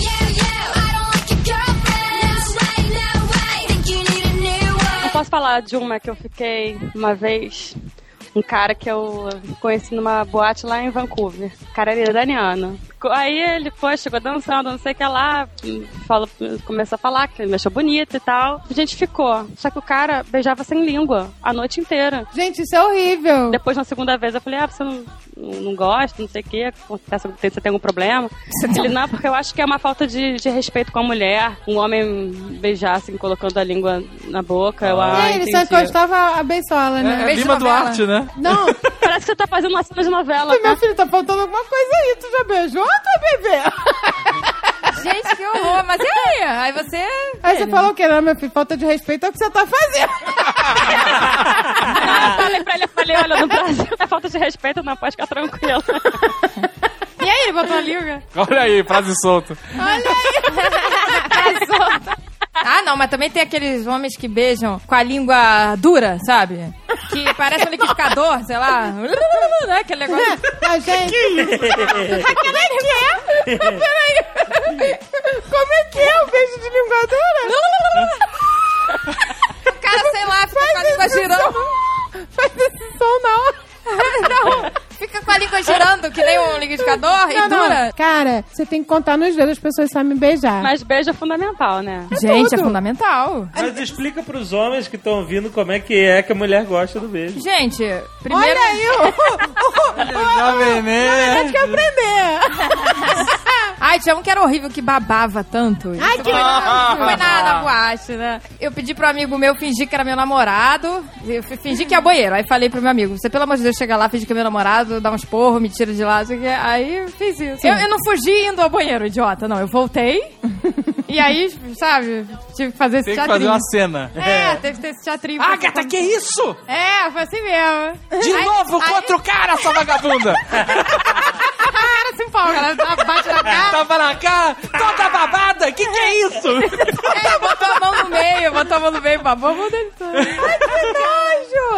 Speaker 5: Eu posso falar de uma que eu fiquei uma vez. Um cara que eu conheci numa boate lá em Vancouver. O cara era iraniano. Co- Aí ele foi, chegou dançando, não sei o que lá. Falou, começou a falar que ele me achou bonita e tal. A gente ficou. Só que o cara beijava sem língua a noite inteira.
Speaker 3: Gente, isso é horrível.
Speaker 5: Depois, na segunda vez, eu falei, ah, você não, não não gosta, não sei o quê, acontece, tem- você tem algum problema? Ele, não, porque eu acho que é uma falta de, de respeito com a mulher, um homem beijar, assim, colocando a língua na boca, eu, ah,
Speaker 3: É, ele só
Speaker 5: entendi.
Speaker 3: encostava a beisola, né?
Speaker 6: É, é
Speaker 4: Beijo
Speaker 6: Lima
Speaker 4: de novela.
Speaker 6: Duarte, né?
Speaker 3: Não,
Speaker 5: Parece que você tá fazendo uma cena de novela,
Speaker 3: meu
Speaker 5: tá?
Speaker 3: filho, tá faltando alguma coisa aí. Tu já beijou, tá, bebê?
Speaker 4: Gente, que horror. Mas e aí? Aí você... né?
Speaker 3: Aí você falou o quê? Não, meu filho, falta de respeito é o que você tá fazendo.
Speaker 5: Eu falei pra ele, eu falei, olha, no Brasil é falta de respeito, não, pode ficar tranquilo.
Speaker 4: E aí, ele botou a liga?
Speaker 6: Olha aí, frase solta.
Speaker 4: Ah, não, mas também tem aqueles homens que beijam com a língua dura, sabe? Que parece um liquidificador, sei lá. Né? Aquele negócio.
Speaker 3: A gente... Aquele que é? Peraí. Como é que é o beijo de linguadora?
Speaker 4: O cara, sei lá, fica com a língua girando.
Speaker 3: Faz esse som na hora.
Speaker 4: Não, fica com a língua girando, que nem um liquidificador e
Speaker 3: Não, não.
Speaker 4: dura.
Speaker 3: Cara, você tem que contar nos dedos, as pessoas sabem beijar.
Speaker 5: Mas beijo é fundamental, né?
Speaker 4: Gente, é fundamental.
Speaker 9: Mas explica pros homens que estão ouvindo como é que é que a mulher gosta do beijo.
Speaker 4: Gente, primeiro.
Speaker 3: Olha aí, o...
Speaker 6: Jovem
Speaker 3: Acho que
Speaker 6: Nerd.
Speaker 3: aprender.
Speaker 4: Ai, tinha um que era horrível, que babava tanto.
Speaker 3: Ai,
Speaker 4: Isso
Speaker 3: que
Speaker 4: foi,
Speaker 6: Ah,
Speaker 4: na, foi na, na boate, né? Eu pedi pro amigo meu fingir que era meu namorado. Eu fi- fingi que ia ao banheiro. Aí falei pro meu amigo, você pelo amor de Deus chega lá, finge que é meu namorado, dá uns porros, me tira de lá. não sei o quê. Aí eu fiz isso. Eu, eu não fugi indo ao banheiro, idiota. Não, eu voltei. e aí, sabe, tive que fazer esse
Speaker 6: Tem que fazer
Speaker 4: teatrinho.
Speaker 6: uma cena.
Speaker 4: É, teve que ter esse teatrinho.
Speaker 6: Agatha, que isso?
Speaker 4: É, foi assim mesmo.
Speaker 6: De
Speaker 4: Aí-
Speaker 6: novo
Speaker 4: aí-
Speaker 6: contra o cara, sua vagabunda!
Speaker 4: A cara se empolga, ela dá- bate
Speaker 6: É,
Speaker 4: na cara.
Speaker 6: Tava na cara, toda babada, que que é isso?
Speaker 4: Ele É, botou a mão no meio, botou a mão no meio, babou, mudou ele todo. Ai, que nojo!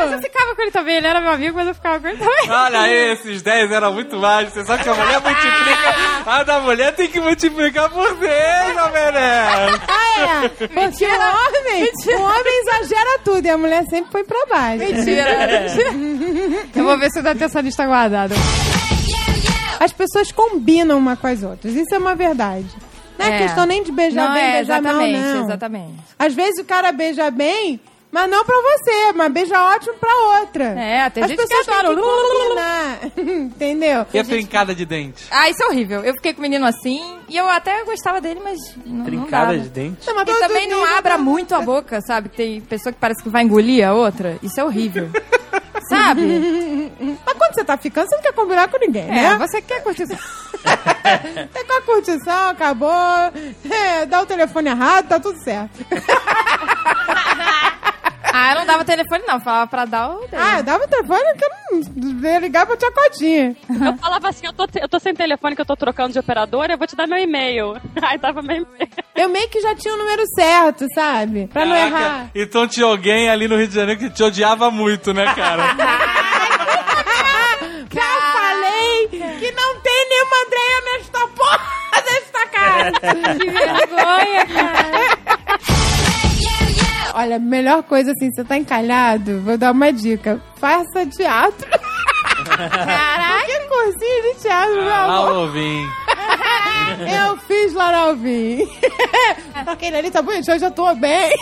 Speaker 4: Ah, Eu ficava com ele também, ele era meu amigo, mas eu ficava com ele também.
Speaker 6: Olha aí, esses 10 É, eram muito mais. Você sabe que a mulher multiplica. A da mulher tem que multiplicar por 10, jovem nerd.
Speaker 3: Ah, é. Porque o homem, o homem exagera tudo e a mulher sempre põe pra baixo.
Speaker 4: Mentira. Eu vou ver se eu ainda tenho essa lista guardada.
Speaker 3: As pessoas combinam uma com as outras. Isso é uma verdade. Não é,
Speaker 4: É.
Speaker 3: questão nem de beijar
Speaker 4: não,
Speaker 3: bem,
Speaker 4: é,
Speaker 3: beijar
Speaker 4: exatamente,
Speaker 3: mal, não.
Speaker 4: exatamente.
Speaker 3: Às vezes o cara beija bem, mas não pra você, mas beija ótimo pra outra.
Speaker 4: É, tem
Speaker 3: As
Speaker 4: gente que
Speaker 3: pessoas têm
Speaker 4: adora.
Speaker 3: que combinar. Entendeu?
Speaker 6: E a trincada de dente?
Speaker 4: Ah, isso é horrível. Eu fiquei com o menino assim, e eu até gostava dele, mas não, não dava.
Speaker 9: Trincada de dente.
Speaker 3: Não, Então, mas
Speaker 4: E
Speaker 3: todo
Speaker 4: também não
Speaker 3: nível-
Speaker 4: abra muito a boca, sabe? Tem pessoa que parece que vai engolir a outra. Isso é horrível. Sabe?
Speaker 3: Mas quando você tá ficando, você não quer combinar com ninguém,
Speaker 4: É,
Speaker 3: né?
Speaker 4: você quer curtir isso.
Speaker 3: Tá com a curtição, acabou. É, dá o telefone errado, tá tudo certo.
Speaker 4: É. Ah, eu não dava telefone, não. Falava pra dar o dele.
Speaker 3: Ah, dava o telefone que eu não eu ligava pra tia Cotinha.
Speaker 5: Eu falava assim, eu tô, eu tô sem telefone, que eu tô trocando de operadora, eu vou te dar meu e-mail. Aí dava meu e-mail.
Speaker 3: Eu meio que já tinha o número certo, sabe? Pra não errar.
Speaker 6: Então tinha alguém ali no Rio de Janeiro que te odiava muito, né, cara?
Speaker 3: Já falei que não tem nenhuma Andréia nesta porra desta casa.
Speaker 4: Que vergonha, cara.
Speaker 3: Olha, melhor coisa assim, você tá encalhado, vou dar uma dica. Faça teatro. Caraca! Que cursinho de teatro, meu
Speaker 4: Ah,
Speaker 3: amor.
Speaker 6: Alvin.
Speaker 3: Eu fiz Laralvin. Aquele ali tá bonito, eu já tô bem.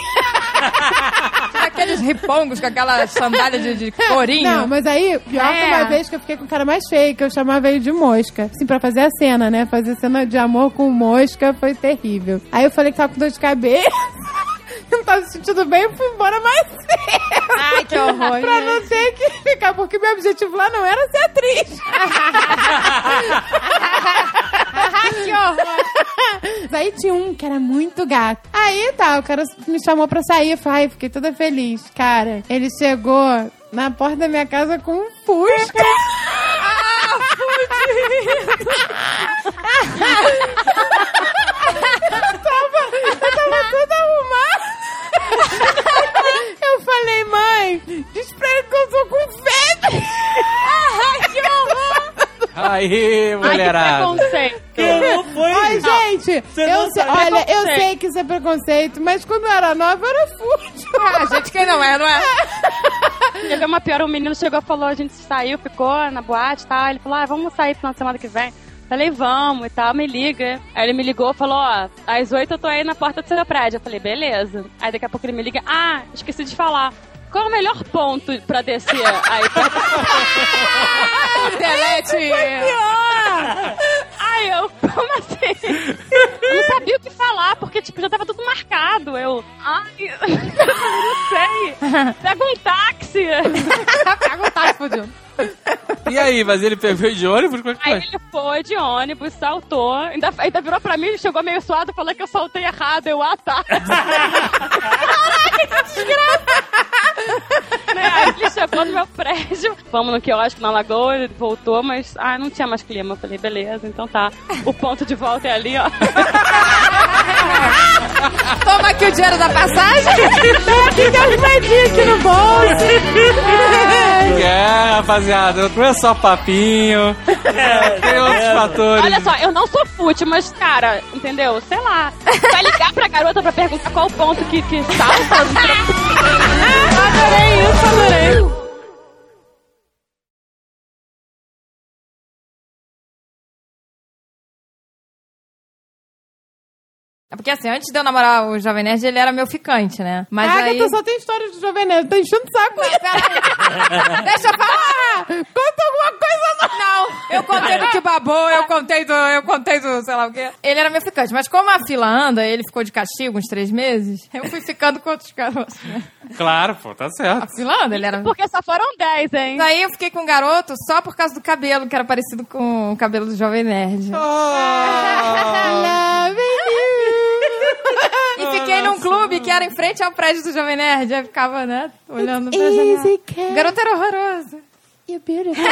Speaker 4: Aqueles ripongos com aquela sandália de, de corinho.
Speaker 3: Não, mas aí, pior que
Speaker 4: É.
Speaker 3: uma vez que eu fiquei com o cara mais feio, que eu chamava ele de mosca. Assim, pra fazer a cena, né? Fazer cena de amor com mosca foi terrível. Aí eu falei que tava com dor de cabeça. Não tava se sentindo bem, eu fui embora mais cedo.
Speaker 4: Ai, que horror.
Speaker 3: pra não ter que ficar, porque meu objetivo lá não era ser atriz.
Speaker 4: que horror.
Speaker 3: Aí tinha um que era muito gato. Aí tá, o cara me chamou pra sair. Eu falei, ai, fiquei toda feliz. Cara, ele chegou na porta da minha casa com um fusca. tudo arrumado. Eu falei, mãe, diz pra ele que eu tô com febre. que horror!
Speaker 6: Aí,
Speaker 5: Ai,
Speaker 6: mulherada.
Speaker 5: que preconceito.
Speaker 2: Que não foi?
Speaker 3: Ai, gente,
Speaker 2: você
Speaker 3: eu
Speaker 2: não
Speaker 3: sei,
Speaker 2: sabe.
Speaker 3: olha, eu
Speaker 5: Preconceito.
Speaker 3: sei que isso é preconceito, mas quando eu era nova, eu era fútil.
Speaker 4: Ah, gente, quem não é, não é?
Speaker 5: Teve uma pior, um menino chegou e falou, a gente saiu, ficou na boate e tal. Ele falou, ah, vamos sair final de semana que vem. Falei, vamos e tal, me liga. Aí ele me ligou e falou, ó, às oito eu tô aí na porta do seu prédio. Eu falei, beleza. Aí daqui a pouco ele me liga, ah, esqueci de falar. Qual é o melhor ponto pra descer? Aí,
Speaker 4: Delete.
Speaker 5: aí eu, como assim? Eu não sabia o que falar, porque, tipo, já tava tudo marcado. Eu, ai, não sei. Pega um táxi.
Speaker 4: Pega um táxi, fudido.
Speaker 6: E aí, mas ele pegou de ônibus? Como é que
Speaker 5: Aí
Speaker 6: foi?
Speaker 5: ele foi de ônibus, saltou, ainda, ainda virou pra mim, chegou meio suado, falou que eu saltei errado, eu, ah, tá. Né, Aí ele chegou no meu prédio, vamos no quiosque, na lagoa, ele voltou, mas, ah, não tinha mais clima. Eu falei, beleza, então tá. O ponto de volta é ali, ó.
Speaker 4: Toma aqui o dinheiro da passagem.
Speaker 3: Que arrumadinha aqui no bolso.
Speaker 6: É, rapaziada, não é só papinho. tem outros fatores.
Speaker 5: Olha só, eu não sou fute, mas, cara, entendeu? Sei lá. Vai ligar pra garota pra perguntar qual o ponto que, que salta. adorei isso, adorei.
Speaker 4: É porque assim, antes de eu namorar o Jovem Nerd, ele era meu ficante, né? Mas
Speaker 3: Mas
Speaker 4: aí...
Speaker 3: Agatha só tem história de Jovem Nerd, tá enchendo o saco.
Speaker 4: Peraí. Deixa eu falar! Conta alguma coisa não! eu contei do que babou, eu contei do. Eu contei do, sei lá o quê. Ele era meu ficante, mas como a fila anda, ele ficou de castigo uns três meses, eu fui ficando com outros garotos. né?
Speaker 6: Claro, pô, tá certo.
Speaker 4: A fila anda, ele era.
Speaker 5: Porque só foram 10, hein?
Speaker 4: Daí eu fiquei com um garoto só por causa do cabelo, que era parecido com o cabelo do Jovem Nerd.
Speaker 6: Ah.
Speaker 4: E fiquei num clube que era em frente ao prédio do Jovem Nerd. Aí ficava, né, olhando pra janela.
Speaker 3: Easy
Speaker 4: O
Speaker 3: cat,
Speaker 4: garoto era horroroso.
Speaker 3: you're beautiful.